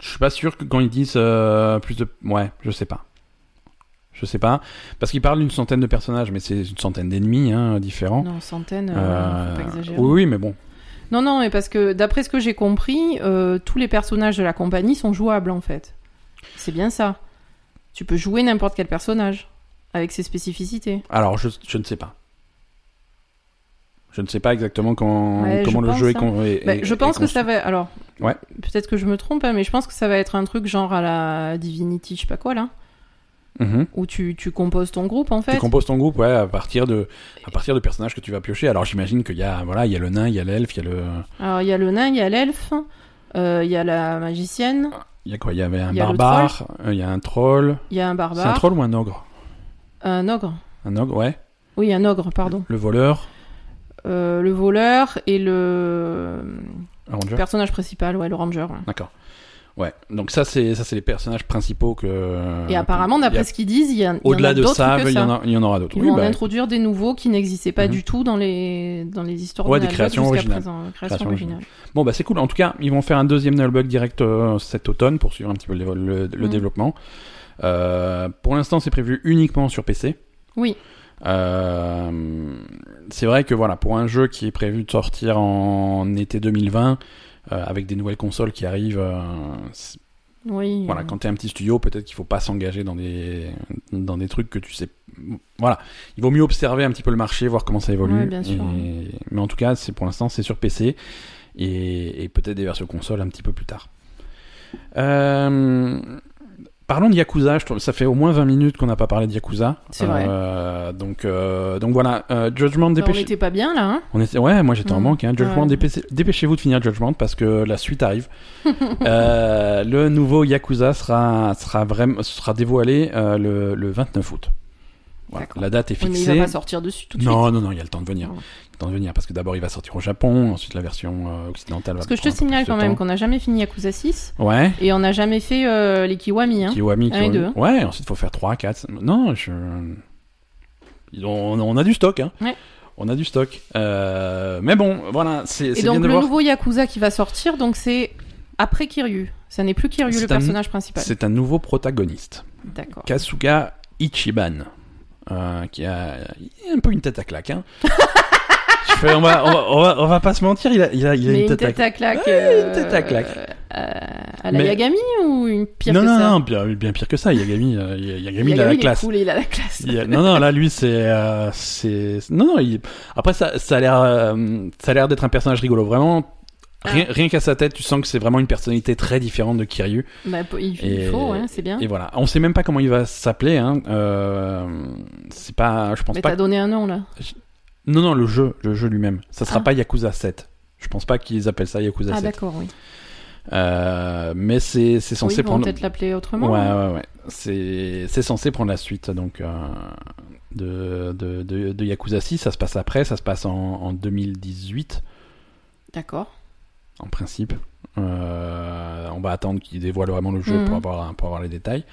Je suis pas sûr que quand ils disent euh, plus de. Ouais, je sais pas. Je sais pas. Parce qu'ils parlent d'une centaine de personnages, mais c'est une centaine d'ennemis hein, différents.
Non, centaines, euh,
Euh,
faut pas exagérer.
oui, oui, mais bon.
Non, non, mais parce que d'après ce que j'ai compris, euh, tous les personnages de la compagnie sont jouables en fait. C'est bien ça. Tu peux jouer n'importe quel personnage avec ses spécificités.
Alors, je, je ne sais pas. Je ne sais pas exactement comment,
Ouais,
comment
je
le jeu est,
pense,
con- est-
Bah,
est-
je
est
pense que
construit.
ça va. Alors,
Ouais.
peut-être que je me trompe, hein, mais je pense que ça va être un truc genre à la Divinity, je sais pas quoi là,
Mhm.
où tu, tu composes ton groupe en fait.
Tu composes ton groupe, ouais, à partir de à partir de personnages que tu vas piocher. Alors j'imagine qu'il y a voilà, il y a le nain, il y a l'elfe, il y a le
Alors, il y a le nain, il y a l'elfe, euh, il y a la magicienne,
il y a quoi Il y avait un
Il y a le
barbare, euh, il y a un troll.
il y a un
C'est un
barbare,
troll ou un ogre
un ogre.
Un ogre, ouais.
Oui, un ogre, pardon.
Le voleur,
Euh, le voleur et le
un ranger.
personnage principal, ouais, le ranger. ouais.
D'accord. Ouais. Donc ça c'est ça c'est les personnages principaux que
Et apparemment,
il y a-
d'après ce qu'ils disent, il y, a- il y en a
au-delà de
d'autres
ça,
que
il y en a- il y en aura d'autres.
Ils
Oui,
vont
bah,
en introduire des nouveaux qui n'existaient pas
Mhm.
du tout dans les, dans les histoires
Ouais,
de
des
Nalbog
créations
jusqu'à
originales.
présent, euh, créations
Créations
originales.
Bon, bah c'est cool. En tout cas, ils vont faire un deuxième Nullbug direct euh, cet automne pour suivre un petit peu le, le- le
Mm.
développement. Euh, pour l'instant, c'est prévu uniquement sur PC.
Oui.
Euh, c'est vrai que voilà, pour un jeu qui est prévu de sortir en été 2020, euh, avec des nouvelles consoles qui arrivent, euh, c'est-
Oui.
voilà,
euh,
quand t'es un petit studio, peut-être qu'il faut pas s'engager dans des dans des trucs que tu sais. Voilà, il vaut mieux observer un petit peu le marché, voir comment ça évolue.
Ouais, bien sûr,
Et-
ouais.
Mais en tout cas, c'est pour l'instant, c'est sur PC et, et peut-être des versions console un petit peu plus tard. Euh, Parlons de Yakuza, je trouve- ça fait au moins 20 minutes qu'on n'a pas parlé de Yakuza.
C'est
Euh, donc, euh, donc voilà, euh, Judgment,
bah, on
dépêchez
n'était pas bien là. hein.
on était- Ouais, moi j'étais en
Mm.
manque. Hein. Judgment,
Ouais.
dépêchez- dépêchez-vous de finir Judgment parce que la suite arrive. Euh, le nouveau Yakuza sera, sera, vraiment, sera dévoilé euh, le, le 29 août. Voilà.
D'accord.
La date est
Oui, mais il
fixée.
va pas sortir dessus tout de suite.
non, non, non, il y a le temps de venir.
Non.
Il y a le temps de venir parce que d'abord il va sortir au Japon, ensuite la version euh, occidentale va
Parce que je te
prendre un peu
signale
plus
quand
de
même
temps.
qu'on n'a jamais fini Yakuza 6
Ouais.
et on n'a jamais fait euh, les Kiwami. Hein.
Kiwami,
Un et
Kiwami.
deux, hein.
Ouais, ensuite faut faire 3, 4. Non, je. Ils ont- On, a du stock, hein.
Ouais.
On a du stock. Euh, mais bon, voilà, c'est
Et
c'est bien
donc
de
le
voir.
nouveau Yakuza qui va sortir, donc c'est après Kiryu. Ça n'est plus Kiryu
C'est
le
un-
personnage principal.
C'est un nouveau protagoniste.
D'accord.
Kasuga Ichiban, euh, qui a il a un peu une tête à claque. Hein. Je fais, on, va, on, va, on, va, on va pas se mentir, il a, il a, il a
Mais
une tête à claque.
claque.
Ouais, une
euh,
tête à claque.
euh, à la
Mais-
Yagami ou une pire
non,
que
non,
ça
non, bien, bien pire que ça, Yagami, euh, Yagami,
Yagami,
il a la
il est
classe.
cool et il a la classe.
Il a- non, non, là, lui, c'est, euh, c'est, non, non, il- après, ça, ça a l'air, euh, ça a l'air d'être un personnage rigolo, vraiment.
Ah.
Rien, rien qu'à sa tête, tu sens que c'est vraiment une personnalité très différente de Kiryu.
Bah, po- il,
Et-
il faut, hein, c'est bien.
Et voilà, on sait même pas comment il va s'appeler. Hein. Euh, c'est pas, je pense
Mais
pas
t'as donné un nom là.
Non, non, le jeu, le jeu lui-même. Ça sera
Ah.
pas Yakuza 7. Je pense pas qu'ils appellent ça Yakuza
Ah
7.
d'accord, oui.
Euh, mais c'est c'est
oui
censé
ils vont
prendre.
peut-être l'appeler
Ouais,
autrement. hein.
ouais, ouais. C'est c'est censé prendre la suite donc euh, de, de, de, de Yakuza 6. Ça se passe après, ça se passe en, en 2018
D'accord.
en principe. Euh, on va attendre qu'ils dévoilent vraiment le jeu
Mhm.
pour, avoir, pour avoir les détails.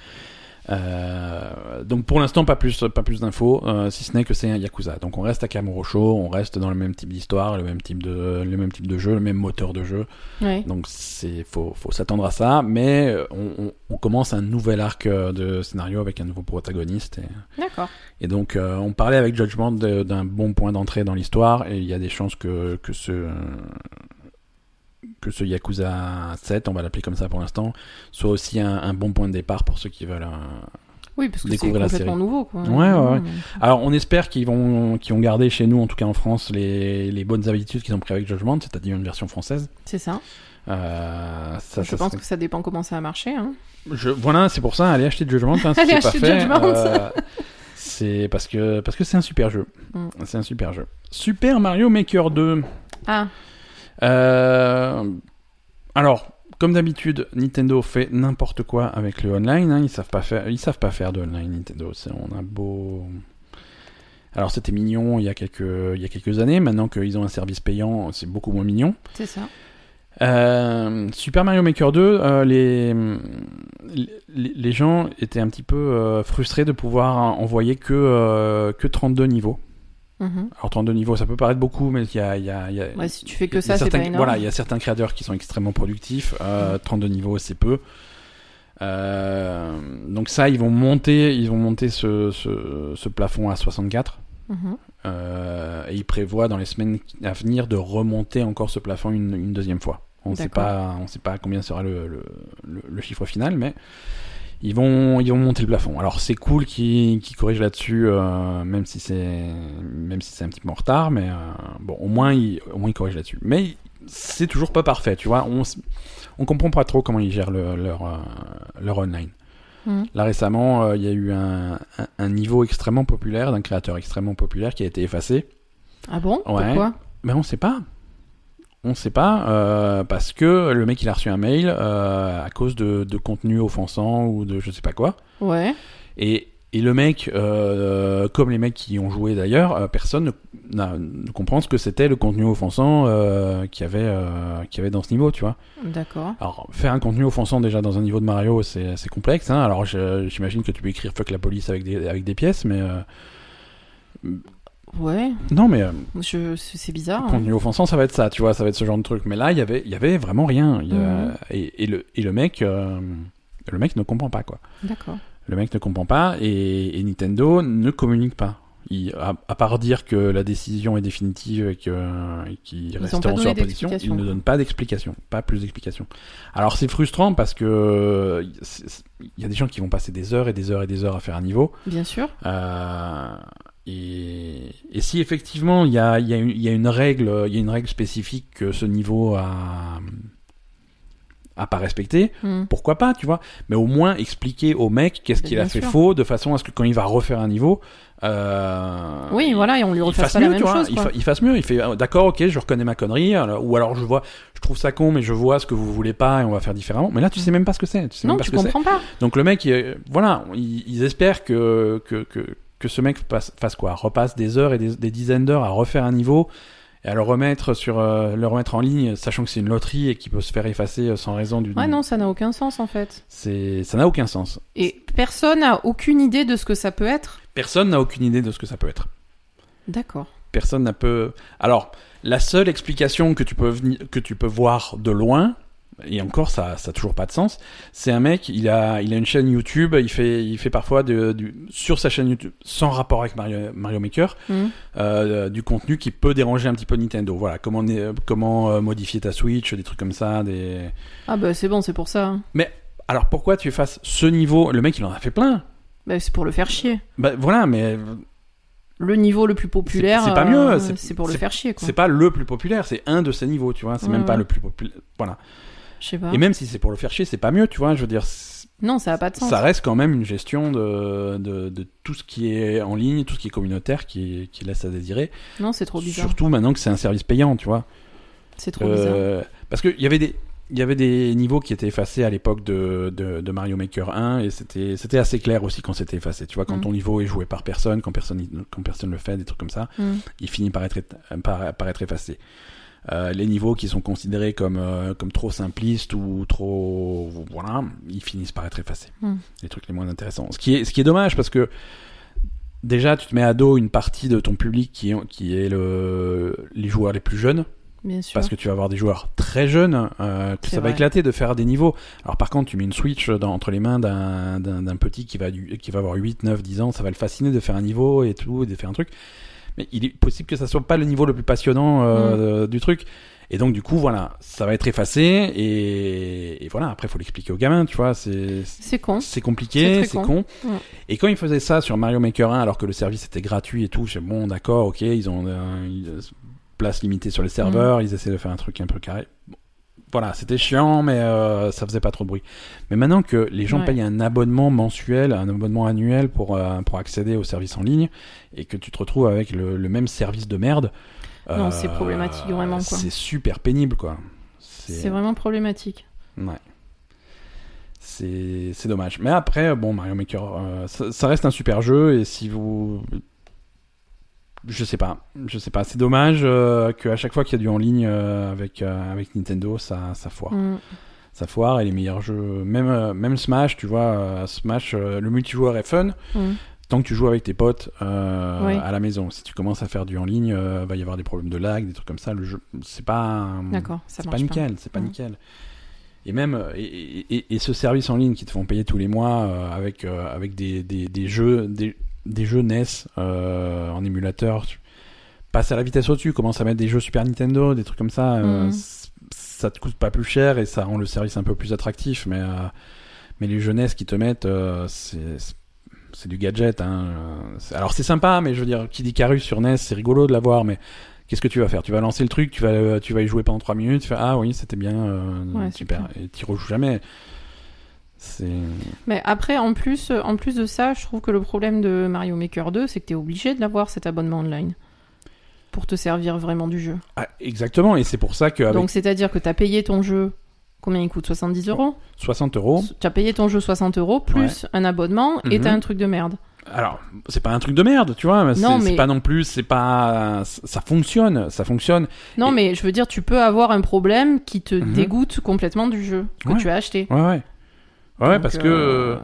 Euh, donc pour l'instant pas plus pas plus d'infos euh, si ce n'est que c'est un yakuza. Donc on reste à Kamurocho, on reste dans le même type d'histoire, le même type de le même type de jeu, le même moteur de jeu.
Ouais.
Donc c'est faut faut s'attendre à ça, mais euh, on, on- on commence un nouvel arc euh, de scénario avec un nouveau protagoniste. Et,
D'accord.
et donc euh, on parlait avec Judgment de- d'un bon point d'entrée dans l'histoire et il y a des chances que que ce que ce Yakuza 7, on va l'appeler comme ça pour l'instant, soit aussi un, un bon point de départ pour ceux qui veulent euh. un,
Oui, parce que c'est
Découvrir la
complètement
série.
nouveau. Quoi.
Ouais, ouais, ouais.
Mmh.
Alors, on espère qu'ils vont, qu'ils ont gardé chez nous, en tout cas en France, les, les bonnes habitudes qu'ils ont pris avec Judgment, c'est-à-dire une version française.
C'est ça.
Euh, ça,
Je
ça
pense
serait-
que ça dépend comment ça a marché. Hein.
Je- voilà, c'est pour ça, allez acheter Judgment. Hein, si
Allez
c'est pas
acheter
fait,
Judgment.
euh, c'est parce que parce que c'est un super jeu.
Mm.
C'est un super jeu. Super Mario Maker 2.
Ah,
Euh, Alors, comme d'habitude, Nintendo fait n'importe quoi avec le online. hein. Ils savent pas faire, ils savent pas faire de online Nintendo. C'est- On a beau. Alors c'était mignon il y a quelques il y a quelques années. Maintenant qu'ils ont un service payant, c'est beaucoup moins mignon.
C'est ça.
Euh, Super Mario Maker 2, euh, les, les les gens étaient un petit peu euh, frustrés de pouvoir envoyer que euh, que 32 niveaux.
Mhm.
Alors 32 niveaux, ça peut paraître beaucoup, mais il y a, il y a- il y a-
Ouais, Bah, si tu fais
il y
que
a
ça, c'est
certains-
pas énorme. Mm.
Voilà, il y a certains créateurs qui sont extrêmement productifs. euh, 32 niveaux, c'est peu. Euh, donc ça, ils vont monter, ils vont monter ce, ce- ce plafond à 64.
Mhm.
euh, et ils prévoient dans les semaines à venir de remonter encore ce plafond une, une deuxième fois. On ne sait
D'accord.
pas, on sait pas combien sera le, le- le- le chiffre final, mais ils vont, ils vont monter le plafond. Alors c'est cool qu'ils qu'ils corrigent là-dessus, euh, même si c'est, même si c'est un petit peu en retard, mais euh, bon, au moins ils, au moins ils corrigent là-dessus. Mais c'est toujours pas parfait, tu vois. On, s- on comprend pas trop comment ils gèrent le- leur, euh, leur online.
Mhm.
Là récemment, euh, il y a eu un, un- un niveau extrêmement populaire d'un créateur extrêmement populaire qui a été effacé.
Ah bon Pourquoi
Mais on sait pas. On sait pas euh, parce que le mec il a reçu un mail euh, à cause de, de contenu offensant ou de je sais pas quoi.
Ouais.
Et, et le mec, euh, comme les mecs qui y ont joué d'ailleurs, euh, personne ne- n'a- ne comprend ce que c'était le contenu offensant euh, qu'il y, avait, euh, qu'il y avait dans ce niveau, tu vois.
D'accord.
Alors, faire un contenu offensant déjà dans un niveau de Mario, c'est c'est complexe. Hein. Alors, je- j'imagine que tu peux écrire fuck la police avec des, avec des pièces, mais. euh,
Ouais.
non, mais. euh,
Je... C'est c'est bizarre. hein.
contenu offensant, ça va être ça, tu vois, ça va être ce genre de truc. Mais là, il y avait, il y avait vraiment rien. Il y a-
Mhm.
et, et le, et le mec, euh, le mec ne comprend pas quoi.
D'accord.
Le mec ne comprend pas et, et Nintendo ne communique pas. Il- à, à part dire que la décision est définitive et que- et qu'ils
ont pas
resteront
donné
sur leur position, ils
d'explication,
ne
quoi.
donnent pas d'explication, pas plus d'explication. Alors c'est frustrant parce que euh, c'est- c'est- il y a des gens qui vont passer des heures et des heures et des heures à faire un niveau.
Bien sûr.
Euh, et, et si effectivement il y a, il y a une- il y a une règle, il y a une règle spécifique que ce niveau a, a pas respecté,
Mhm.
pourquoi pas, tu vois Mais au moins expliquer au mec qu'est-ce
Mais
qu'il a
bien
fait
sûr.
faux, de façon à ce que quand il va refaire un niveau, euh,
Oui, voilà, et on lui
il
refasse
fasse
pas
mieux,
la même
tu vois,
chose.
il,
quoi.
fa- il fasse mieux. Il fait ah, d'accord, ok, je reconnais ma connerie, alors- ou alors je vois, je trouve ça con, mais je vois ce que vous voulez pas et on va faire différemment. Mais là, tu sais même pas ce que c'est. Tu sais
Mm. Non,
même pas
tu
ce que c'est.
comprends pas.
Donc le mec, il- euh, voilà, ils, ils espèrent que, que, que, que ce mec passe, fasse quoi Repasse des heures et des, des dizaines d'heures à refaire un niveau et à le remettre, sur, euh, le remettre en ligne, sachant que c'est une loterie et qu'il peut se faire effacer euh, sans raison du...
Ouais, non, ça n'a aucun sens en fait.
C'est, ça n'a aucun sens.
Et personne n'a aucune idée de ce que ça peut être.
Personne n'a aucune idée de ce que ça peut être.
D'accord.
Personne n'a peu... Alors, la seule explication que tu peux, veni- que tu peux voir de loin... Et encore, ça, ça a toujours pas de sens. C'est un mec, il a, il a une chaîne YouTube, il fait, il fait parfois de- du, sur sa chaîne YouTube, sans rapport avec Mario, Mario Maker,
Mhm.
euh, du contenu qui peut déranger un petit peu Nintendo. Voilà, comment, né- comment euh, modifier ta Switch, des trucs comme ça. Des...
Ah bah c'est bon, c'est pour ça. hein.
Alors pourquoi tu fasses ce niveau Le mec, il en a fait plein.
Bah, c'est pour le faire chier.
Bah voilà, mais
Le niveau le plus populaire,
c'est pas
euh,
mieux, c'est-
c'est pour le faire chier. quoi.
c'est pas le plus populaire, c'est un de ces niveaux, tu vois. C'est
Ouais,
même pas
ouais.
le plus populaire. Voilà.
Je sais pas.
Et même si c'est pour le faire chier, c'est pas mieux, tu vois. Je veux dire, c'est-
Non, ça a pas de sens.
ça reste quand même une gestion de, de, de tout ce qui est en ligne, tout ce qui est communautaire qui, qui laisse à désirer.
Non, c'est trop bizarre.
Surtout maintenant que c'est un service payant, tu vois.
C'est trop bizarre.
Euh, parce qu'il y avait des il y avait des niveaux qui étaient effacés à l'époque de, de, de Mario Maker 1 et c'était c'était assez clair aussi quand c'était effacé tu vois quand
Mm.
ton niveau est joué par personne quand personne quand personne le fait des trucs comme ça
Mm.
il finit par être par, par être effacé Euh, les niveaux qui sont considérés comme euh, comme trop simplistes ou trop voilà ils finissent par être effacés
Mm.
les trucs les moins intéressants ce qui est ce qui est dommage parce que déjà tu te mets à dos une partie de ton public qui est, qui est le les joueurs les plus jeunes
Bien sûr.
parce que tu vas avoir des joueurs très jeunes euh, que ça
C'est
va
vrai.
éclater de faire des niveaux. Alors par contre, tu mets une Switch dans- entre les mains d'un- d'un d'un petit qui va, du- qui va avoir 8, 9, 10 ans, ça va le fasciner de faire un niveau et tout, et de faire un truc. Mais il est possible que ça soit pas le niveau le plus passionnant
Mm.
euh, du truc. Et donc du coup, voilà, ça va être effacé et, et voilà, après faut l'expliquer aux gamins, tu vois, c'est
C'est con.
c'est
C'est
compliqué,
très
c'est
con.
con.
Ouais.
Et quand ils faisaient ça sur Mario Maker 1, alors que le service était gratuit et tout, je bon, d'accord, ok, ils ont euh, ils, euh, place limitée sur les
Mm.
serveurs, ils essaient de faire un truc un peu carré. Bon. Voilà, c'était chiant, mais euh, ça faisait pas trop de bruit. Mais maintenant que les gens
Ouais.
payent un abonnement mensuel, un abonnement annuel pour, euh, pour accéder aux services en ligne, et que tu te retrouves avec le, le même service de merde,
Non, c'est problématique, vraiment, quoi.
C'est super pénible, quoi.
C'est vraiment problématique.
Ouais. C'est c'est dommage. Mais après, bon, Mario Maker, euh, ça, ça reste un super jeu et si vous. Je sais pas, je sais pas. C'est dommage euh, qu'à chaque fois qu'il y a du en ligne euh, avec, euh, avec Nintendo, ça, ça foire.
Mm.
Ça foire et les meilleurs jeux, même, euh, même Smash, tu vois, euh, Smash, euh, le multijoueur est fun
Mm.
tant que tu joues avec tes potes euh,
Oui.
à la maison. Si tu commences à faire du en ligne, euh, va y avoir des problèmes de lag, des trucs comme ça. Le jeu, c'est pas. euh,
D'accord, ça
c'est pas
marche pas.
nickel, c'est pas
Mhm.
nickel. Et même euh, et, et- et- et ce service en ligne qui te font payer tous les mois euh, avec euh, avec des, des, des jeux des, des jeux NES euh, en émulateur, tu passes à la vitesse au-dessus, commence à mettre des jeux Super Nintendo, des trucs comme ça, euh,
Mhm.
c- ça te coûte pas plus cher et ça rend le service un peu plus attractif. Mais euh, mais les jeux NES qui te mettent, euh, c'est c'est- c'est du gadget. Hein. euh, c'est- Alors c'est sympa, mais je veux dire, qui dit Carus sur NES, c'est rigolo de l'avoir, mais Qu'est-ce que tu vas faire Tu vas lancer le truc, tu vas, euh, tu vas y jouer pendant 3 minutes, tu fais Ah oui, c'était bien, euh,
Ouais,
super. Et tu rejoues jamais. C'est.
Mais après, en plus, en plus de ça, je trouve que le problème de Mario Maker 2, c'est que t'es obligé de l'avoir cet abonnement online pour te servir vraiment du jeu.
Ah, exactement, et c'est pour ça qu'avec
Donc, c'est-à-dire que t'as payé ton jeu. Combien il coûte 70 euros
60 euros.
T'as payé ton jeu 60 euros plus un abonnement et
Mhm.
t'as un truc de merde.
Alors, c'est pas un truc de merde, tu vois, mais c'est
Non,
c'est
mais-
pas non plus, c'est pas. Ça fonctionne, ça fonctionne.
Non,
Et-
mais je veux dire, tu peux avoir un problème qui te
Mhm.
dégoûte complètement du jeu que
Ouais.
tu as acheté.
Ouais, ouais. Ouais, ouais,
Donc,
parce que.
euh,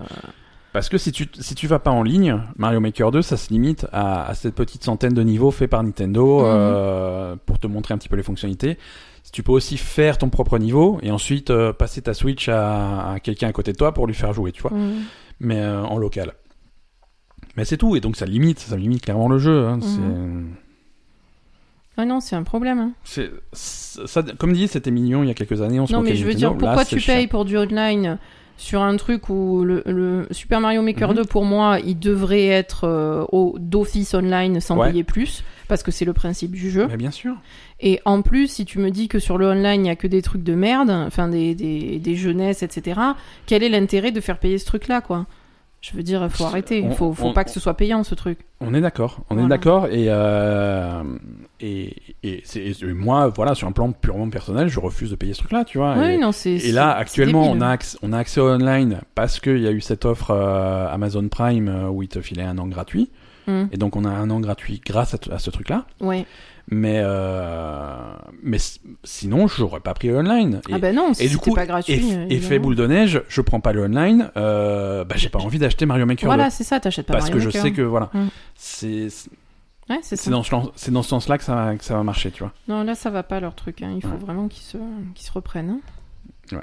Parce que si tu, si tu vas pas en ligne, Mario Maker 2, ça se limite à, à cette petite centaine de niveaux faits par Nintendo
Mhm.
euh, pour te montrer un petit peu les fonctionnalités. Tu peux aussi faire ton propre niveau et ensuite euh, passer ta Switch à, à quelqu'un à côté de toi pour lui faire jouer, tu vois,
mhm.
mais euh, en local. Mais c'est tout, et donc ça limite, ça limite clairement le jeu. hein. C'est-
Mhm. Ah non, c'est un problème. hein.
c'est- c'est- ça- comme dit, c'était mignon il y a quelques années, on se
Non,
moquait
mais
de
je veux dire,
Nintendo. Là,
pourquoi tu
c'est
payes pour du online sur un truc où le, le Super Mario Maker
Mhm.
2, pour moi, il devrait être euh, au- d'office online sans
Ouais.
payer plus, parce que c'est le principe du jeu.
chiant. Mais bien sûr.
Et en plus, si tu me dis que sur le online, il n'y a que des trucs de merde, enfin des, des, des jeunesses, etc., quel est l'intérêt de faire payer ce truc-là, quoi Je veux dire, il faut
C'est-
arrêter, il
on-
faut, faut
on-
pas que ce soit payant, ce truc.
On est d'accord, on est
Voilà.
d'accord, et, euh, et, et, c'est- et moi, voilà, sur un plan purement personnel, je refuse de payer ce truc-là, tu vois.
Oui,
Ah, et,
non, c'est...
et là,
c'est-
actuellement,
c'est
on
débile.
a, accès, on a accès au online parce qu'il y a eu cette offre euh, Amazon Prime euh, où il te filait un an gratuit,
Mhm.
et donc on a un an gratuit grâce à, t- à ce truc-là,
Ouais.
mais, euh, mais s- sinon, j'aurais pas pris le online. Et,
ah ben non,
et
c'était pas gratuit.
eff-
euh,
effet
évidemment.
boule de neige, je prends pas le online, euh, bah, j'ai pas envie d'acheter Mario Maker 2,
Voilà, c'est ça, t'achètes pas
parce
Mario
que je
Maker.
sais que, voilà,
Mm.
c'est
Ouais, c'est ça.
C'est dans, ce lan- c'est dans ce sens-là que ça, va- que ça va marcher, tu vois.
Non, là, ça va pas leur truc. hein. Il faut
Ouais.
vraiment qu'ils se, qu'ils se reprennent. hein.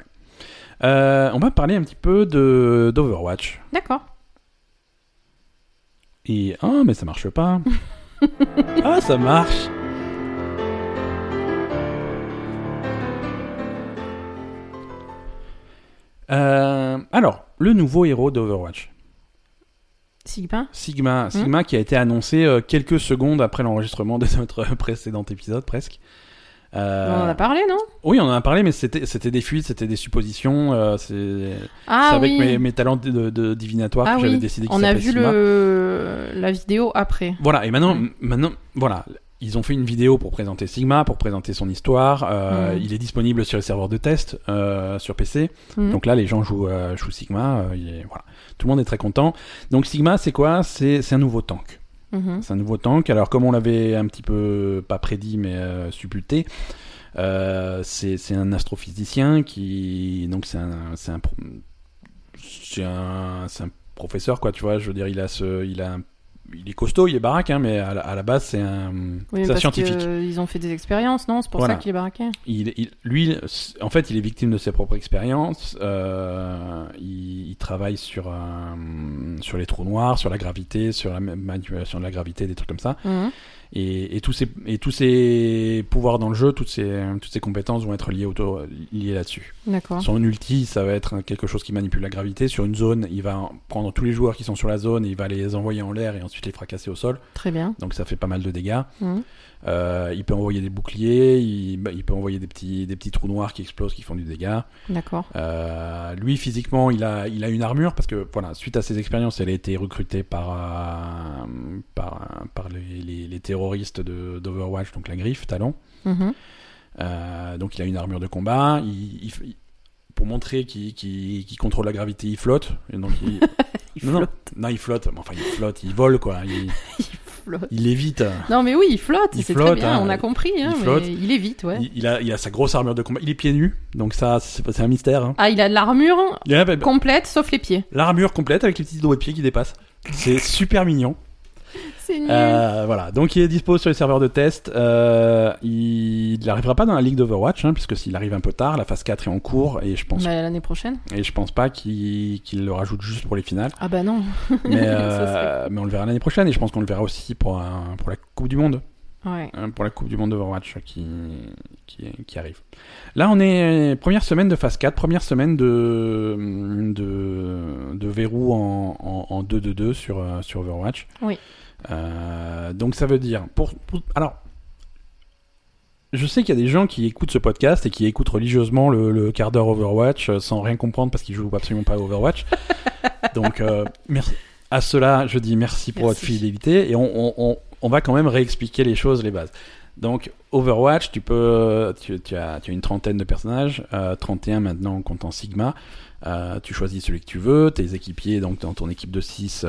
Euh, on va parler un petit peu de d'Overwatch.
D'accord.
Et ah, mais ça marche pas. ah, ça marche. Euh, alors, le nouveau héros d'Overwatch,
Sigma Hein
Sigma, Sigma qui a été annoncé euh, quelques secondes après l'enregistrement de notre précédent épisode, presque. Euh,
On en a parlé, non
Oui, on en a parlé, mais c'était c'était des fuites, c'était des suppositions. euh, c'est
Ah
c'est avec
oui.
mes, mes talents de, de- de divinatoire
Ah
que j'avais
oui.
décidé qu'il
On a
s'appelle
vu
Sigma.
le... la vidéo après.
Voilà, et maintenant,
Mm.
maintenant, voilà. Ils ont fait une vidéo pour présenter Sigma, pour présenter son histoire. euh,
Mm.
Il est disponible sur les serveurs de test, euh, sur PC.
Mhm.
Donc là, les gens jouent, euh, jouent Sigma. euh, il est- voilà. Tout le monde est très content. Donc Sigma, c'est quoi C'est c'est un nouveau tank.
Mhm.
C'est un nouveau tank. Alors, comme on l'avait un petit peu, pas prédit, mais euh, supputé, euh, c'est c'est un astrophysicien qui. Donc, c'est un. C'est un, pro- c'est un, c'est un professeur, quoi, tu vois. Je veux dire, il a ce. Il a un- il est costaud, il est baraque, hein, mais à la, à la base, c'est un,
Oui, mais
c'est un
parce
scientifique.
que, euh, ils ont fait des expériences, non C'est pour
Voilà.
ça qu'il est baraqué.
Il, il- lui, c'est- en fait, il est victime de ses propres expériences. euh, il, il travaille sur, un- sur les trous noirs, sur la gravité, sur la manipulation de la gravité, des trucs comme ça.
Mhm.
et, et tous ces et tous ces pouvoirs dans le jeu, toutes ces toutes ces compétences vont être liées auto liées là-dessus.
D'accord.
Son ulti, ça va être un- quelque chose qui manipule la gravité sur une zone. Il va en- prendre tous les joueurs qui sont sur la zone, et il va les envoyer en l'air et ensuite les fracasser au sol.
Très bien.
Donc ça fait pas mal de dégâts.
Mhm.
Euh, il peut envoyer des boucliers, il, bah, il peut envoyer des petits des petits trous noirs qui explosent, qui font du dégât.
D'accord.
Euh, lui physiquement, il a il a une armure parce que voilà, suite à ses expériences, elle a été recrutée par euh, par par les, les- les terroristes de d'Overwatch, donc la griffe, Talon.
Mhm.
Euh, donc il a une armure de combat. Il, il- pour montrer qu'il qu'il- qu'il contrôle la gravité, il flotte. Et donc il,
Il
non, non.
flotte,
Non, il flotte. Mais Enfin, il flotte, il vole quoi. Il,
il flotte.
il évite.
Non, mais oui, il flotte,
Il
c'est
flotte,
très bien,
hein,
on a compris, hein,
il
mais
flotte.
il est vite, ouais.
Il, il a, il a sa grosse armure de combat. Il est pieds nus. Donc ça, c'est c'est un mystère. hein.
Ah, il a de l'armure
Il a- bah, bah,
complète, sauf les pieds.
L'armure complète avec les petits doigts de pied qui dépassent. C'est super mignon.
C'est nul.
Euh, voilà, donc il est dispo sur les serveurs de test. Euh, il n'arrivera pas dans la ligue d'Overwatch, hein, puisque s'il arrive un peu tard, la phase 4 est en cours, et je pense,
Bah, l'année prochaine
et je pense pas qu'il qu'il le rajoute juste pour les finales.
Ah bah non.
Mais,
Ça
euh, mais on le verra l'année prochaine, et je pense qu'on le verra aussi pour, un- pour la Coupe du Monde.
Ouais.
hein, pour la Coupe du Monde d'Overwatch qui, qui, qui arrive. Là, on est première semaine de phase 4, première semaine de, de, de verrou en, en, en 2-2-2 sur, euh, sur Overwatch.
Oui.
Euh, donc ça veut dire... Pour, pour- alors, je sais qu'il y a des gens qui écoutent ce podcast et qui écoutent religieusement le, le quart d'heure Overwatch euh, sans rien comprendre parce qu'ils jouent absolument pas à Overwatch. donc, euh, merci. À cela, je dis merci pour votre
Merci.
fidélité et on, on- on- on va quand même réexpliquer les choses, les bases. Donc, Overwatch, tu peux, tu, tu as, tu as une trentaine de personnages, euh, 31 maintenant en comptant Sigma. Euh, tu choisis celui que tu veux, tes équipiers, donc dans ton équipe de euh, 6,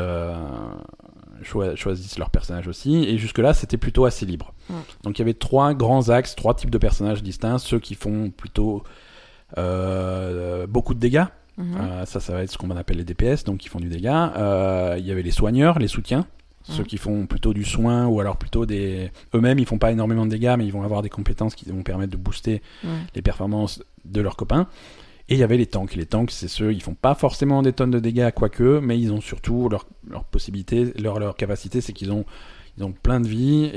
choisissent leur personnage aussi. Et jusque-là, c'était plutôt assez libre. Donc il y avait trois grands axes, trois types de personnages distincts, ceux qui font plutôt euh, beaucoup de dégâts.
Mhm.
Euh, ça, ça va être ce qu'on appelle les DPS, donc qui font du dégât. Euh, il y avait les soigneurs, les soutiens, ceux
Mhm.
qui font plutôt du soin ou alors plutôt des. Eux-mêmes, ils font pas énormément de dégâts, mais ils vont avoir des compétences qui vont permettre de booster
Ouais.
les performances de leurs copains. Et il y avait les tanks. Les tanks, c'est ceux, ils font pas forcément des tonnes de dégâts, quoique, mais ils ont surtout leur, leur possibilité, leur, leur capacité, c'est qu'ils ont, ils ont plein de vie et.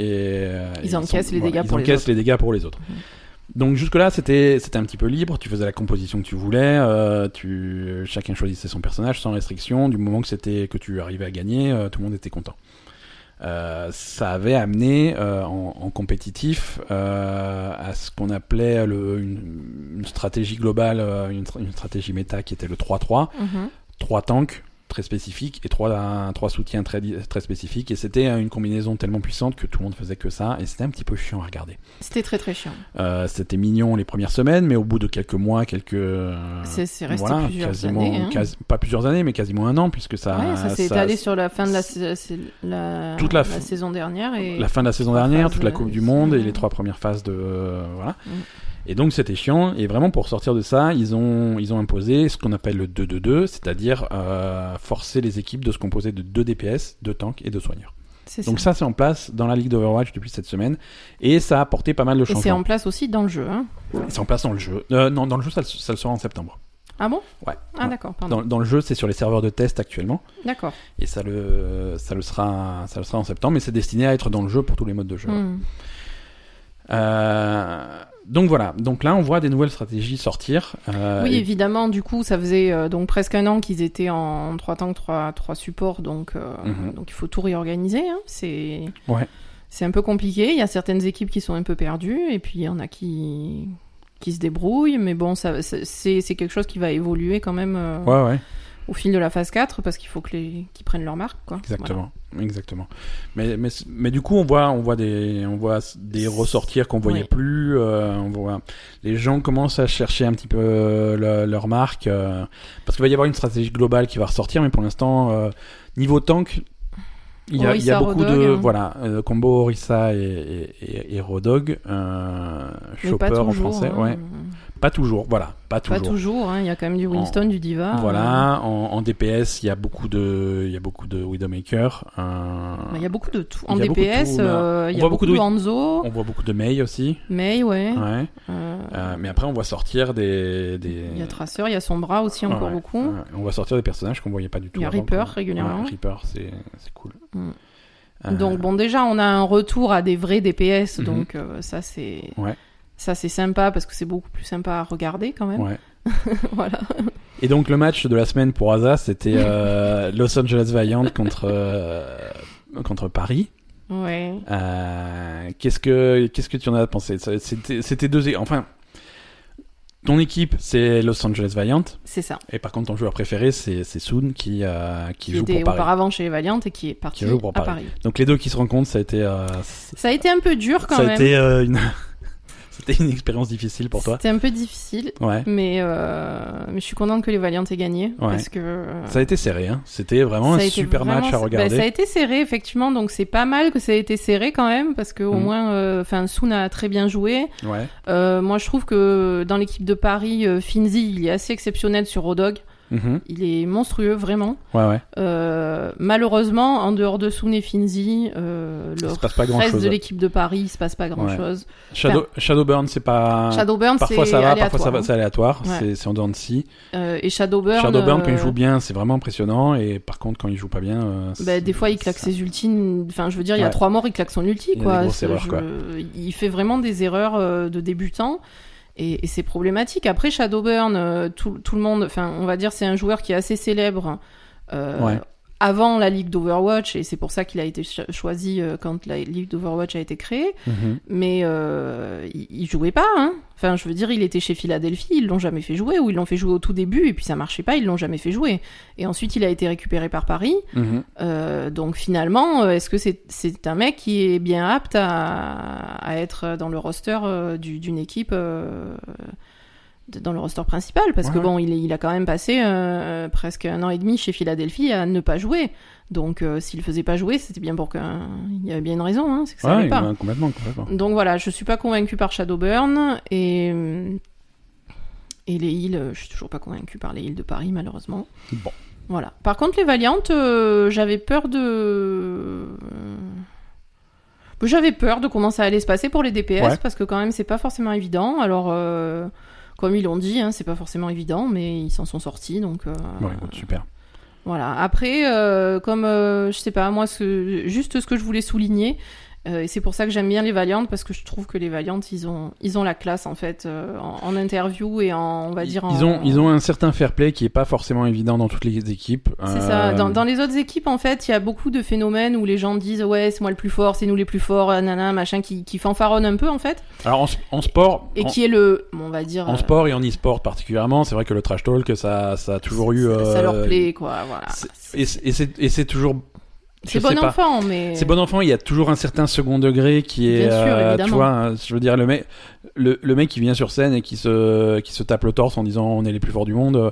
euh,
Ils
sont-
encaissent les dégâts
ils
pour les Mhm.
encaissent les dégâts pour les autres. Donc jusque-là, c'était c'était un petit peu libre. Tu faisais la composition que tu voulais. euh, tu chacun choisissait son personnage sans restriction. Du moment que c'était que tu arrivais à gagner, euh, tout le monde était content. Euh, ça avait amené euh, en, en compétitif euh, à ce qu'on appelait le- une, une stratégie globale, euh, une, tra- une stratégie méta qui était le 3-3,
Mhm.
trois tanks très spécifiques et trois trois soutiens très di- très spécifiques. Et c'était euh, une combinaison tellement puissante que tout le monde faisait que ça. Et c'était un petit peu chiant à regarder.
C'était très très chiant.
Euh, c'était mignon les premières semaines, mais au bout de quelques mois, quelques. euh,
C'est c'est resté
voilà,
plusieurs
quasiment,
années. hein.
quasi- pas plusieurs années, mais quasiment un an, puisque ça.
Ouais, ça s'est
ça-
étalé sur la fin de la, sais- c'est la,
Toute la fin-
saison dernière. Et...
la fin de la saison
trois
dernière,
phases,
toute la
euh,
Coupe du
c'est-
Monde et les trois premières phases de. euh, voilà.
Mm.
Et donc c'était chiant, et vraiment pour sortir de ça, ils ont, ils ont imposé ce qu'on appelle le 2-2-2, c'est-à-dire euh, forcer les équipes de se composer de deux DPS, deux tanks et deux soigneurs.
c'est
Donc ça, c'est en place dans la Ligue d'Overwatch depuis cette semaine, et ça a apporté pas mal de
Et c'est
changements.
en place aussi dans le jeu. hein.
C'est en... place dans le jeu. Euh, non, dans le jeu, ça, le- ça le sera en septembre.
Ah bon
Ouais.
Ah d'accord, pardon.
dans, dans le jeu, c'est sur les serveurs de test actuellement.
D'accord.
Et ça le, ça le, sera, ça le sera en septembre. Mais c'est destiné à être dans le jeu pour tous les modes de jeu.
Mhm.
Euh, donc voilà. Donc là, on voit des nouvelles stratégies sortir. Euh,
Oui,
et-
évidemment, du coup, ça faisait euh, donc presque un an qu'ils étaient en 3 tanks, 3, trois supports, donc, euh,
Mhm.
donc il faut tout réorganiser. hein. C'est
Ouais.
c'est un peu compliqué, il y a certaines équipes qui sont un peu perdues, et puis il y en a qui, qui se débrouillent, mais bon, ça- c'est c'est quelque chose qui va évoluer quand même euh,
Ouais, ouais,
au fil de la phase 4, parce qu'il faut que les- qu'ils prennent leur marque. Quoi.
exactement, exactement. Mais, mais, mais du coup, on voit, on voit des, on voit des ressortir qu'on voyait
Oui.
plus. euh, on voit, les gens commencent à chercher un petit peu euh, le- leur marque euh, parce qu'il va y avoir une stratégie globale qui va ressortir. Mais pour l'instant, euh, niveau tank, il y a,
Oui,
il y a
ça,
beaucoup
Rodog,
de
hein.
voilà euh, combo Orisa et, et, et, et Rodog, euh,
Mais
Chopper
pas toujours,
en français,
hein.
ouais, pas toujours, voilà, pas
Pas
toujours.
toujours, hein. il y a quand même du Winston, du Diva. euh,
Voilà, en, en DPS, il y a beaucoup de, il y a beaucoup de Widowmaker. euh,
Il y a beaucoup de tout. En
Il y a beaucoup de
DPS,
tout, on a-
euh, il y
on voit
a
beaucoup
beaucoup
de-
de Hanzo,
On voit beaucoup de Mei aussi.
Mei, ouais.
Ouais.
euh,
Euh, mais après, on voit sortir des. des...
Il y a Tracer, il y a Sombra aussi
Ouais,
encore
ouais.
beaucoup.
Ouais, on voit sortir des personnages qu'on voyait pas du tout.
Il y a
avant,
Reaper
quoi.
régulièrement.
Ouais, Reaper, c'est c'est cool.
Mm.
Euh,
Donc bon, déjà on a un retour à des vrais DPS,
Mhm.
donc euh, ça c'est
Ouais.
ça c'est sympa parce que c'est beaucoup plus sympa à regarder quand même.
ouais.
voilà.
Et donc, le match de la semaine pour Asa, c'était euh, Los Angeles Valiant contre, euh, contre Paris.
Ouais.
Euh, qu'est-ce que qu'est-ce que tu en as pensé Ça, C'était c'était deux é- enfin ton équipe c'est Los Angeles Valiant
C'est ça.
et par contre ton joueur préféré c'est c'est Soon qui euh, qui,
Qui
joue
était
pour Paris.
auparavant chez Valiant et qui est parti
Qui joue pour
à
Paris.
Paris.
Donc les deux qui se rencontrent ça a été euh, c-
Ça a été un peu dur quand
ça a
même.
été euh, une C'était une expérience difficile pour toi
C'était un peu difficile,
Ouais.
mais, euh, mais je suis contente que les Valiants aient gagné. Parce que. euh,
Ça a été serré, hein. C'était vraiment
ça a
un
été
super
vraiment-
match à
bah,
regarder.
ça a été serré, effectivement, donc c'est pas mal que ça ait été serré quand même, parce que au
Mhm.
moins, euh, enfin, Souna a très bien joué.
Ouais.
Euh, moi, je trouve que dans l'équipe de Paris, euh, Finzi, il est assez exceptionnel sur Rodog.
Mhm.
Il est monstrueux, vraiment.
Ouais, ouais.
Euh, malheureusement, en dehors de Soun et Finzi, euh, le
Il se passe pas grand
reste
chose.
de l'équipe de Paris, il se passe pas grand chose.
Shadow, Shadowburn, c'est pas.
Shadowburn, c'est
parfois ça va, parfois ça
aléatoire, hein.
va, c'est aléatoire.
Ouais.
C'est- C'est en dents de scie.
hein. Euh, et Shadowburn,
Shadowburn, quand il
euh,
joue bien, c'est vraiment impressionnant. Et par contre, quand il joue pas bien. euh,
bah,
c'est-
des fois, il claque ses ultis. Enfin, je veux dire, il y a
Ouais.
trois morts, il claque son ulti,
Il y a
quoi.
des grosses
C'est-
erreurs,
je-
quoi.
Il fait vraiment des erreurs euh, de débutant. Et, et c'est problématique. Après, Shadowburn, euh, tout, tout le monde, enfin, on va dire, c'est un joueur qui est assez célèbre euh,
Ouais.
avant la ligue d'Overwatch, et c'est pour ça qu'il a été cho- choisi euh, quand la ligue d'Overwatch a été créée.
Mhm.
Mais euh, il, il jouait pas, hein. Enfin, je veux dire, il était chez Philadelphie, ils l'ont jamais fait jouer, ou ils l'ont fait jouer au tout début, et puis ça marchait pas, ils l'ont jamais fait jouer. Et ensuite, il a été récupéré par Paris.
Mhm.
Euh, donc finalement, euh, est-ce que c'est c'est un mec qui est bien apte à, à être dans le roster euh, du- d'une équipe euh, de- dans le roster principal parce
Ouais,
que
ouais.
bon il, est- il a quand même passé euh, presque un an et demi chez Philadelphie à ne pas jouer donc euh, s'il faisait pas jouer c'était bien pour qu'un il y avait bien une raison hein, c'est que ça
Ouais,
allait pas
ouais, complètement, complètement.
donc voilà je suis pas convaincue par Shadowburn et et les îles je suis toujours pas convaincue par les îles de Paris malheureusement
Bon.
voilà. Par contre, les Valiantes, euh, j'avais peur de. euh, J'avais peur de comment ça allait se passer pour les DPS
Ouais.
parce que quand même, c'est pas forcément évident. Alors, euh, comme ils l'ont dit, hein, c'est pas forcément évident, mais ils s'en sont sortis, donc. euh,
Bon, écoute, super.
voilà. Après, euh, comme euh, je sais pas, moi, ce, juste ce que je voulais souligner, euh, et c'est pour ça que j'aime bien les Valiantes parce que je trouve que les Valiantes, ils ont, ils ont la classe en fait euh, en, en interview et en, on va dire.
ils,
en-
ont, ils ont un certain fair play qui est pas forcément évident dans toutes les équipes.
C'est
Euh,
ça. Dans, dans les autres équipes, en fait, il y a beaucoup de phénomènes où les gens disent ouais, c'est moi le plus fort, c'est nous les plus forts, ah, nana, machin, qui, qui fanfaronnent un peu en fait,
Alors en, s- en sport,
et
en,
qui est le, bon, on va dire,
en
euh,
sport et en e-sport particulièrement, c'est vrai que le trash talk, ça, ça a toujours eu.
ça, ça leur
euh,
plaît Ah, quoi, voilà.
c'est- Et c'est- et c'est et c'est toujours. je
C'est
sais
bon
pas.
enfant, mais
C'est bon enfant, il y a toujours un certain second degré qui est,
Bien sûr, évidemment.
tu vois, hein, je veux dire le mec, le, le mec qui vient sur scène et qui se, qui se tape le torse en disant on est les plus forts du monde, euh,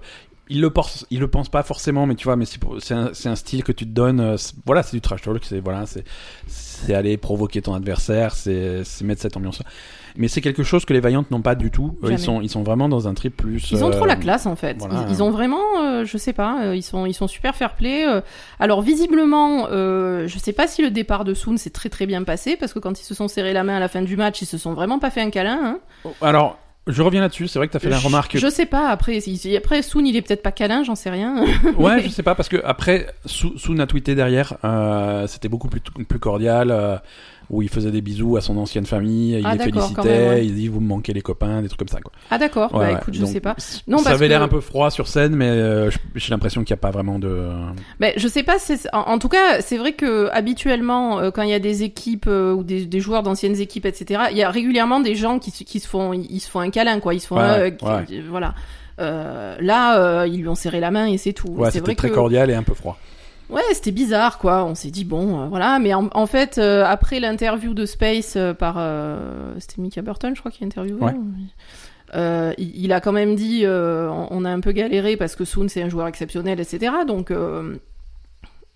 il le pense, il le pense pas forcément, mais tu vois, mais c'est pour- c'est un, c'est un style que tu te donnes, euh, c'est- voilà, c'est du trash talk, c'est voilà, c'est, c'est aller provoquer ton adversaire, c'est, c'est mettre cette ambiance. là Mais c'est quelque chose que les vaillantes n'ont pas du tout. Euh,
Jamais.
Ils sont, ils sont vraiment dans un trip plus.
Ils ont trop la
euh,
classe en fait.
voilà.
ils, ils ont vraiment, euh, je sais pas, euh, ils sont, ils sont super fair play. euh. Alors visiblement, euh, je sais pas si le départ de Soon s'est très très bien passé parce que quand ils se sont serrés la main à la fin du match, ils se sont vraiment pas fait un câlin. Hein.
Alors, je reviens là-dessus. C'est vrai que t'as fait la
Je-
remarque
Je sais pas. Après, il- après Soon, il est peut-être pas câlin, j'en sais rien.
Ouais, je sais pas, parce que après, Sou- Soun a tweeté derrière, euh, c'était beaucoup plus, plus cordial, euh, où il faisait des bisous à son ancienne famille, il
Ah,
les
d'accord,
félicitait,
quand même, ouais.
il dit vous me manquez les copains, des trucs comme ça. Quoi.
Ah d'accord.
Ouais,
bah
ouais,
écoute, je
donc,
sais pas.
c-
Non,
ça
parce
avait l'air
que-
un peu froid sur scène, mais euh, j- j'ai l'impression qu'il n'y a pas vraiment de.
Mais je sais pas. c'est- En, en tout cas, c'est vrai que habituellement, euh, quand il y a des équipes euh, ou des, des joueurs d'anciennes équipes, etc., il y a régulièrement des gens qui, se- qui se font, ils se font un câlin, quoi. Ils se font,
Ouais,
un, euh,
ouais, ouais.
qui- voilà. Euh, là, euh, ils lui ont serré la main et c'est tout.
Ouais,
c'est
c'était
vrai
très
que
cordial et un peu froid.
ouais, c'était bizarre, quoi. On s'est dit bon, euh, voilà. Mais en, en fait, euh, après l'interview de Space euh, par euh, c'était Mick Burton, je crois, qui a interviewé.
Ouais.
Euh, il, il a quand même dit euh, on, on a un peu galéré parce que Soon c'est un joueur exceptionnel, etc. Donc euh,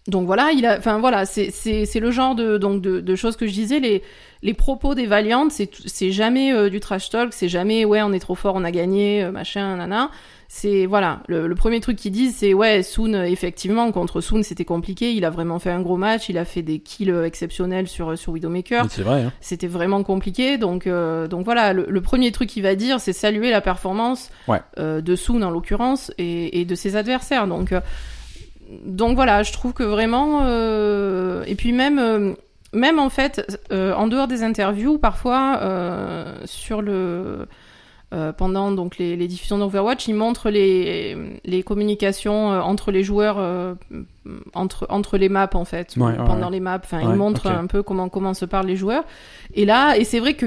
donc voilà, il a, enfin voilà, c'est- c'est c'est le genre de donc de, de choses que je disais. Les les propos des Valiantes, c'est tout- c'est jamais euh, du trash talk, c'est jamais ouais on est trop fort, on a gagné, euh, machin, nana. C'est voilà, le, le premier truc qu'ils disent c'est ouais Soon euh, effectivement contre Soon c'était compliqué, il a vraiment fait un gros match, il a fait des kills euh, exceptionnels sur euh, sur Widowmaker
Mais C'est vrai, hein.
c'était vraiment compliqué. Donc, euh, donc voilà, le, le premier truc qu'il va dire, c'est saluer la performance
Ouais.
euh, de Soon en l'occurrence et, et de ses adversaires. Donc, euh, donc voilà, je trouve que vraiment. euh, et puis même, euh, même en fait, euh, en dehors des interviews, parfois euh, sur le. euh, pendant donc les, les diffusions d'Overwatch, ils montrent les, les communications euh, entre les joueurs, euh, entre, entre les maps en fait, ou
Ouais, ouais,
pendant
ouais.
les maps. Enfin,
Ouais,
ils montrent
ok.
un peu comment comment se parlent les joueurs. Et là, et c'est vrai que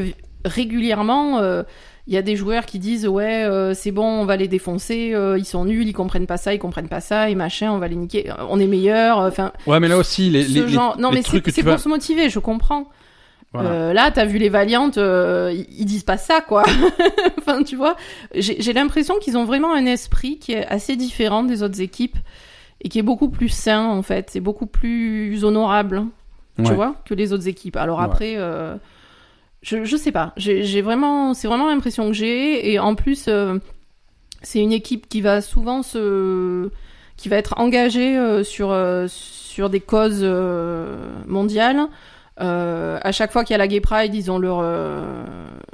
régulièrement, euh, il y a des joueurs qui disent ouais, euh, c'est bon, on va les défoncer, euh, ils sont nuls, ils comprennent pas ça, ils comprennent pas ça, et machin, on va les niquer, euh, on est meilleurs. Enfin,
Ouais, mais là aussi, les,
ce
les, les-
genre. non,
les
mais c'est
trucs que
c'est
tu
pour
vas.
se motiver, je comprends.
Voilà.
Euh, là, t'as vu les Valiantes, euh, ils ils disent pas ça, quoi. enfin, tu vois, j'ai j'ai l'impression qu'ils ont vraiment un esprit qui est assez différent des autres équipes et qui est beaucoup plus sain, en fait. C'est beaucoup plus honorable, hein, tu
Ouais.
vois, que les autres équipes. Alors
Ouais.
après, euh, je, je sais pas. J'ai j'ai vraiment, c'est vraiment l'impression que j'ai. Et en plus, euh, c'est une équipe qui va souvent se, qui va être engagée euh, sur euh, sur des causes euh, mondiales. Euh, à chaque fois qu'il y a la Gay Pride, ils ont leur euh,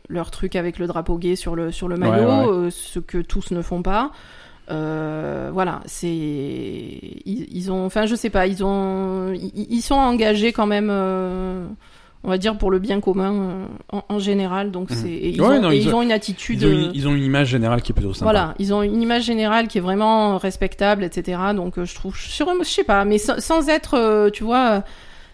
leur truc avec le drapeau gay sur le sur le
Ouais,
maillot,
ouais,
euh, ce que tous ne font pas. Euh, voilà, c'est ils, ils ont, enfin je sais pas, ils ont, ils, ils sont engagés quand même, euh, on va dire pour le bien commun euh, en, en général. Donc
Mhm.
c'est, et ils,
Ouais,
ont,
non,
et
ils
ils
ont-
ont une attitude,
Ils ont, une,
euh,
ils ont une image générale qui est plutôt sympa.
voilà, ils ont une image générale qui est vraiment respectable, etc. Donc euh, je trouve, je sais vraiment- je sais pas, mais sans, sans être, euh, tu vois,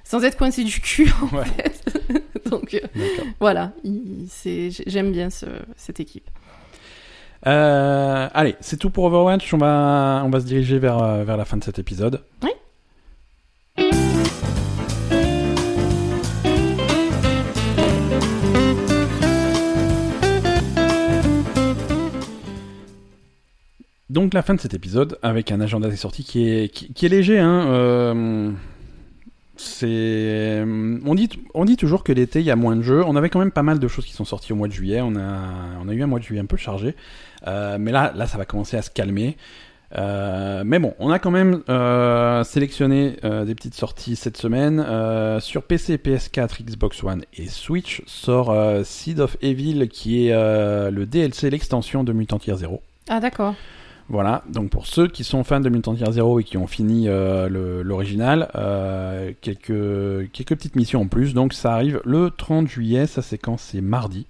sans être coincé du cul en
Ouais.
fait. Donc euh,
D'accord.
voilà, il- c'est, j'aime bien ce- cette équipe.
Euh, allez, c'est tout pour Overwatch. On va, on va se diriger vers, euh, vers la fin de cet épisode.
Oui.
Donc la fin de cet épisode avec un agenda des sorties qui est, qui, qui est léger. Hein, euh, c'est, on dit, on dit toujours que l'été il y a moins de jeux. On avait quand même pas mal de choses qui sont sorties au mois de juillet. On a, on a eu un mois de juillet un peu chargé, Euh, mais là, là ça va commencer à se calmer. Euh, mais bon, on a quand même euh, sélectionné euh, des petites sorties cette semaine. Euh, sur PC, PS4, Xbox One et Switch sort euh, Seed of Evil qui est euh, le DLC, l'extension de Mutant Year Zero.
Ah d'accord.
Voilà, donc pour ceux qui sont fans de Mutant Year Zero et qui ont fini euh, le- l'original, euh, quelques, quelques petites missions en plus. Donc ça arrive le 30 juillet, ça c'est quand c'est mardi.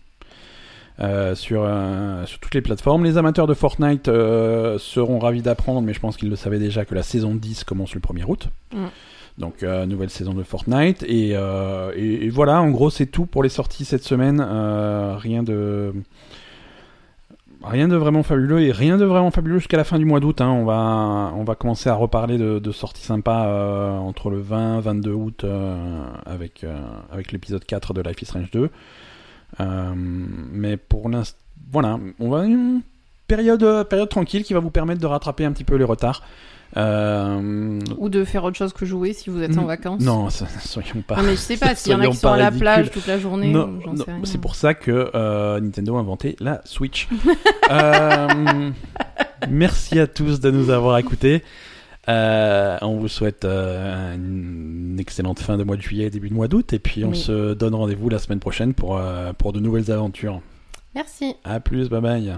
Euh, sur, euh, sur toutes les plateformes. Les amateurs de Fortnite euh, seront ravis d'apprendre, mais je pense qu'ils le savaient déjà, que la saison 10 commence le 1er août.
Mm.
Donc euh, nouvelle saison de Fortnite. Et, euh, et- et voilà, en gros c'est tout pour les sorties cette semaine. Euh, rien de... Rien de vraiment fabuleux et rien de vraiment fabuleux jusqu'à la fin du mois d'août. hein. On, va, on va commencer à reparler de, de sorties sympas euh, entre le 20 22 août euh, avec, euh, avec l'épisode 4 de Life is Strange 2. Euh, mais pour l'instant, voilà, on va une période, euh, période tranquille qui va vous permettre de rattraper un petit peu les retards. Euh,
Ou de faire autre chose que jouer si vous êtes en
Mm.
vacances.
non, ça- soyons pas.
Ah, mais je sais pas, s'il y en a
Soyons
qui sont
pas
à la
ridicules.
plage toute la journée,
Non,
ou j'en
non,
sais rien.
c'est pour ça que euh, Nintendo a inventé la Switch. Euh, merci à tous de nous avoir écoutés. Euh, on vous souhaite euh, une excellente fin de mois de juillet, début de mois d'août, et puis on
Oui.
se donne rendez-vous la semaine prochaine pour, euh, pour de nouvelles aventures.
Merci.
À plus, bye bye.